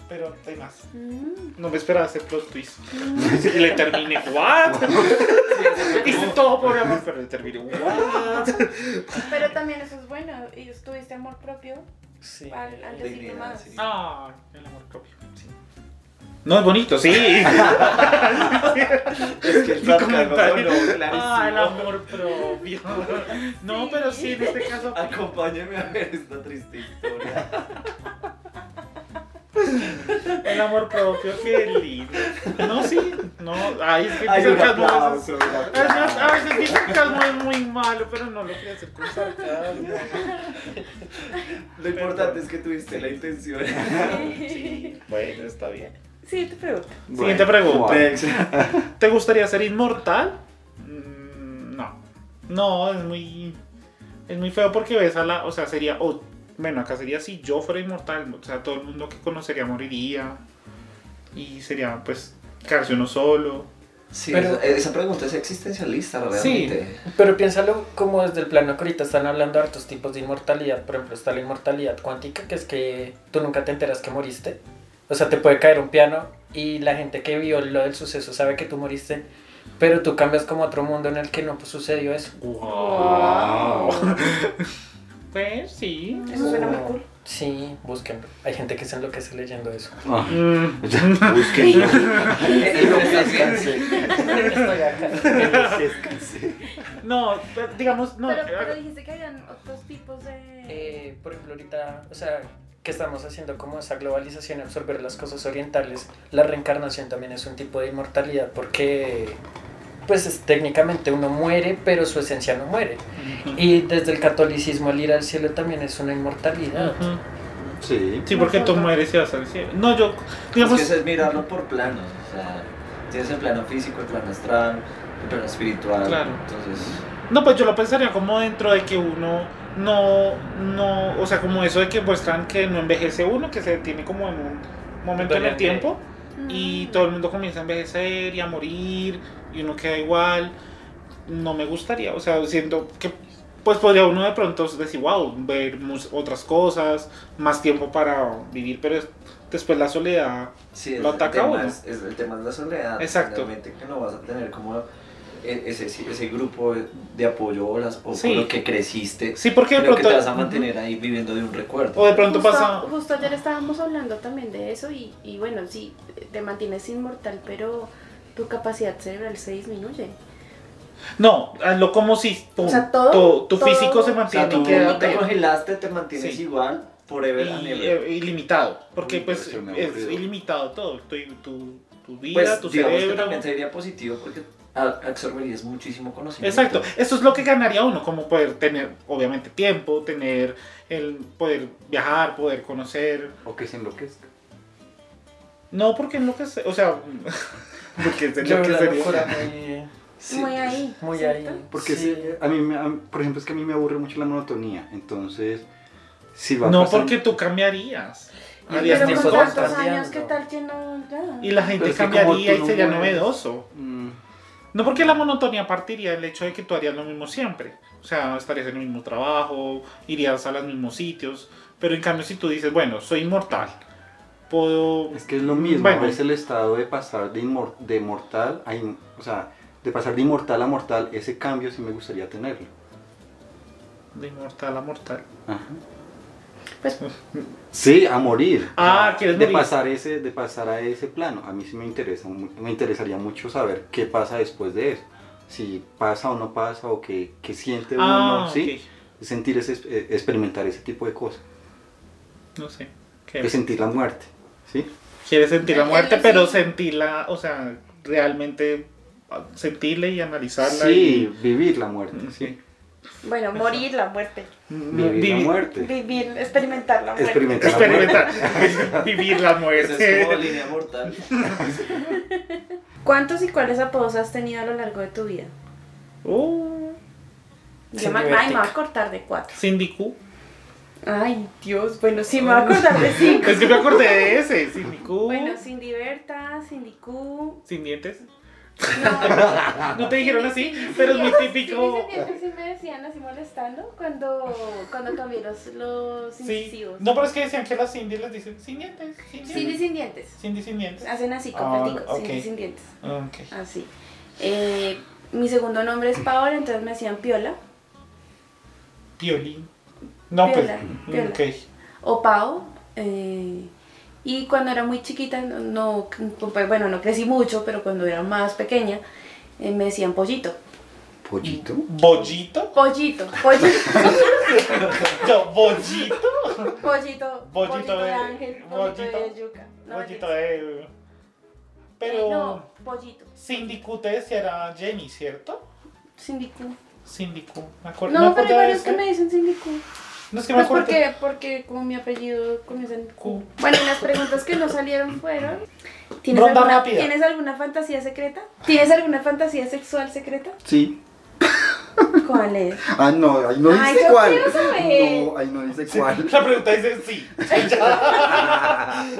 A: Pero hay más.
C: Mm.
A: No me esperaba hacer plot twist. Y le terminé, ¿what? Hice todo por amor, pero le terminé, ¿what?
C: Pero también eso es bueno. Y tuviste amor propio
D: Sí.
C: al, al
E: el amor.
C: decirle
E: Dignidad,
C: más.
E: sí.
A: Ah, el amor propio. sí. No, es bonito, sí.
E: Es que el
A: Mi
E: podcast no
A: comentario. Ah, el
E: clarísimo.
A: amor propio. No, pero sí, en este caso.
E: Acompáñeme a ver esta triste historia.
A: El amor propio, qué lindo. No, sí. No, ay, es que
E: Hay
A: mi
E: un
A: sarcasmo a veces-
E: aplauso. un
A: a veces- A
E: aplauso.
A: veces mi sarcasmo es muy malo, pero no lo quería hacer con sarcasmo.
E: Lo importante es que tuviste la intención.
A: Sí, bueno, está bien.
C: Siguiente pregunta.
A: Siguiente pregunta.
B: Bueno.
E: Next.
A: ¿Te gustaría ser inmortal? Mm, No. No, es muy. Es muy feo porque ves a la. O sea, sería. o- bueno, acá sería si yo fuera inmortal. O sea, todo el mundo que conocería moriría. Y sería, pues, quedarse uno solo.
E: Sí,
D: Pero-
E: esa- esa pregunta es existencialista realmente.
D: Pero piénsalo como desde el plano que ahorita están hablando hartos tipos de inmortalidad. Por ejemplo, está la inmortalidad cuántica, que es que tú nunca te enteras que moriste. O sea, te puede caer un piano y la gente que vio lo del suceso sabe que tú moriste, pero tú cambias como a otro mundo en el que no pues, sucedió eso.
A: Wow. pues sí.
C: Eso suena muy cool.
D: Sí, búsquenlo. Hay gente que se enloquece leyendo eso.
B: Ah,
A: Mm,
B: ya, Búsquenlo.
E: El hombre es cáncer.
D: Estoy acá.
B: Si es que sí.
A: no, pero digamos, no.
C: pero, pero
A: eh,
C: dijiste que habían otros tipos de.
D: Eh, por ejemplo, ahorita, o sea, que estamos haciendo como esa globalización, absorber las cosas orientales, la reencarnación también es un tipo de inmortalidad porque, pues es- técnicamente uno muere, pero su esencia no muere.
A: eh,
D: Y desde el catolicismo el ir al cielo también es una inmortalidad.
A: Ujú.
B: Sí.
A: Sí, porque tú mueres y vas al cielo. No, yo.
E: Es
A: Digamos.
E: que eso es mirarlo por planos. O sea, tienes el plano físico, el plano astral, el plano espiritual.
A: Claro.
E: Entonces,
A: No, pues yo lo pensaría como dentro de que uno no, no, o sea, como eso de que muestran que no envejece uno, que se detiene como en un momento en el
D: Durante-
A: tiempo y
C: Mm.
A: todo el mundo comienza a envejecer y a morir y uno queda igual. No me gustaría, o sea, siento que pues podría uno de pronto decir, wow, ver mus- otras cosas, más tiempo para vivir, pero es- después la soledad.
E: sí,
A: Lo
E: el,
A: ataca
E: tema
A: uno.
E: Es, es- el tema es la soledad.
A: Exacto.
E: Realmente que no vas a tener como e- ese, ese grupo de apoyo o, las, o con
A: Sí.
E: lo que creciste.
A: Sí, porque de
E: Creo que
A: pronto...
E: te vas a mantener ahí viviendo de un recuerdo.
A: O de pronto
C: justo,
A: pasa...
C: Justo ayer estábamos hablando también de eso y, y bueno, sí, te mantienes inmortal, pero tu capacidad cerebral se disminuye.
A: No, hazlo como si tu,
C: O sea, todo-
A: tu- tu
C: todo-
A: físico se
E: O sea,
A: mantiene
E: tú
A: queda-
E: te congelaste, te mantienes
A: Sí.
E: igual, forever and
A: y,
E: ever.
A: eh, ilimitado, porque
B: Uy, pero
A: pues
B: se me
A: es
B: aburrió.
A: ilimitado todo, tu, tu, tu vida,
E: Pues
A: tu
E: digamos que
A: cerebro.
E: también sería positivo porque a- absorberías muchísimo conocimiento.
A: Exacto, eso es lo que ganaría uno, como poder tener, obviamente, tiempo, tener el poder viajar, poder conocer.
B: O que se enloquezca.
A: No, porque enloquece, o sea, porque es
D: Yo la
A: enloquecería.
D: locura muy, pues,
E: Sí,
C: Muy ahí.
D: muy
C: ¿cierto?
D: ahí.
B: Porque
D: sí.
B: se- a mí, me- a mí- por ejemplo, es que a mí me aburre mucho la monotonía. Entonces, si va a
A: No,
B: pasar-
A: porque tú cambiarías.
D: Y
A: Harías
C: Pero
D: Dios,
A: mil
C: con
D: tipo,
A: cosas.
C: tantos
D: cambiando.
C: años, ¿qué tal que no? ya?
A: Y la gente
B: Pero es que como
A: cambiaría
B: tú
A: y
B: no
A: sería
B: mueves-
A: novedoso.
B: Mm,
A: No porque la monotonía partiría del hecho de que tú harías lo mismo siempre. O sea, estarías en el mismo trabajo, irías a los mismos sitios. Pero en cambio, si tú dices, bueno, soy inmortal, puedo.
B: es que es lo mismo.
A: Bueno.
B: Es el estado de pasar de, inmor- de mortal a. in- o sea, de pasar de inmortal a mortal. Ese cambio sí me gustaría tenerlo.
A: De inmortal a mortal.
B: Ajá.
C: Pues-
B: sí, a morir.
A: Ah,
B: O sea,
A: ¿quieres
B: de
A: morir?
B: pasar ese, de pasar a ese plano. A mí sí me interesa, mu- me interesaría mucho saber qué pasa después de eso. Si pasa o no pasa o qué, qué siente
A: Ah,
B: uno,
A: sí.
B: sí. Sentir ese, eh, experimentar ese tipo de cosas.
A: No sé.
B: De
A: ¿Qué?
B: sentir la muerte, sí.
A: Quieres sentir la
C: Ay,
A: muerte,
C: sí.
A: pero sentirla, o sea, realmente ah, sentirla y analizarla.
B: Sí, vivir la muerte,
A: Mm,
B: sí.
C: Bueno, morir, la muerte.
A: y
B: Vivir, la
A: vivi-
B: muerte.
C: Vivir, experimentar la muerte.
B: Experimentar la muerte.
A: Experimentar. vivir la
E: Esa es como
A: muerte.
E: línea mortal.
C: ¿Cuántos y cuáles apodos has tenido a lo largo de tu vida?
A: Uh,
C: Yo
D: Sin
C: me, ay, me
D: divertir.
C: voy a cortar de cuatro.
A: Cindy Q.
C: Ay, Dios, bueno, sí, me voy a cortar de cinco.
A: Es que me acordé de ese. Cindy Q.
C: Uh. Bueno, sin libertad, sin Q.
A: Sin dientes.
C: No,
A: No te dijeron así,
C: Sí, sí,
A: pero es
C: sí,
A: muy
C: sí,
A: típico.
C: Sí, sí, sí, me decían así molestando cuando, cuando cambié los, los
A: Sí.
C: incisivos.
A: No, pero es que decían que las Cindy les dicen sin dientes. Sin
C: Cindy
A: dientes.
C: sin dientes.
A: Cindy sin dientes.
C: Hacen así, con
A: Ah,
C: platicos,
A: ok.
C: Cindy sin dientes.
A: Ok.
C: Así. Eh, mi segundo nombre es Paola, entonces me decían Piola.
A: Piolín. No, pues.
C: Piola, piola.
A: Ok.
C: o Pau. eh, y cuando era muy chiquita, no, no- pues, bueno, no crecí mucho, pero cuando era más pequeña, eh, me decían pollito.
B: Pollito.
A: ¿Bollito?
C: Pollito, pollito,
A: Yo, bollito.
C: pollito, pollito de
A: de-
C: ángel, pollito de
A: pollito-
C: yuca. No,
A: Bollito
C: mentiras.
A: de.
C: Eh,
A: Pero.
C: no, pollito,
A: Cindy Q te decía era Jenny, ¿cierto?
C: sindicú.
A: Cindy Q. Me acuer- me
C: No, pero
A: acordaba
C: igual
A: de
C: es que
A: eso.
C: me dicen sindicú.
A: No es que me
C: Pues
A: acuerdo.
C: porque, porque como mi apellido comienza en
A: Q.
C: Q. Bueno, y las preguntas que no salieron fueron... ¿Tienes,
A: Ronda
C: alguna,
A: rápida.
C: ¿Tienes alguna fantasía secreta? ¿Tienes alguna fantasía sexual secreta?
B: Sí.
C: ¿Cuál es?
B: Ah, no, ahí no
C: Ay,
B: dice
C: yo
B: cuál.
C: quiero saber.
B: No, ahí no dice
A: Sí,
B: cuál.
A: La pregunta dice sí.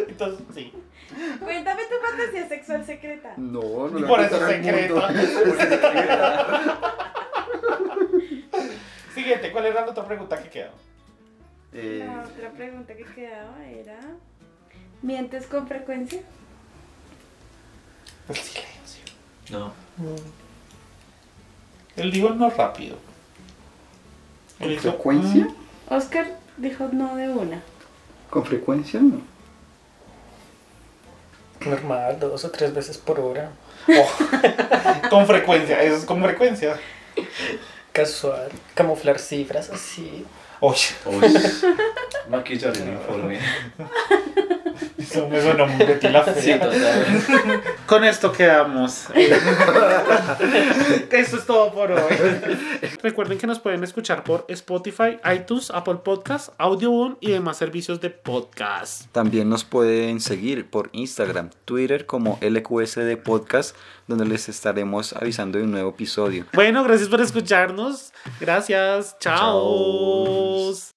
A: Entonces, sí.
C: Cuéntame tu fantasía sexual secreta.
B: No, no
A: Y
B: le
A: por
B: voy a
A: eso
B: contar al
A: secreto.
B: mundo. Es secreto.
A: Siguiente, ¿cuál era la otra pregunta que quedó?
B: Eh,
C: La otra pregunta que quedaba era... ¿Mientes con frecuencia?
A: El silencio.
E: No.
A: Él dijo no rápido. Él
B: ¿Con
A: hizo,
B: frecuencia?
A: mm,
C: Oscar dijo no de una.
B: ¿Con frecuencia? No.
D: Normal, dos o tres veces por hora.
A: oh, con frecuencia, eso es con frecuencia.
D: Casual. Camuflar cifras así.
A: Oye,
E: Uy. Maquillar el informe.
A: eso me suena muy Betty la
E: Sí,
A: fea.
E: total.
A: Con esto quedamos. Eso es todo por hoy. Recuerden que nos pueden escuchar por Spotify, iTunes, Apple Podcasts, Audioboom y demás servicios de podcast.
F: También nos pueden seguir por Instagram, Twitter como LQSD Podcast, donde les estaremos avisando de un nuevo episodio.
A: Bueno, gracias por escucharnos. Gracias. Chao.
F: Chao.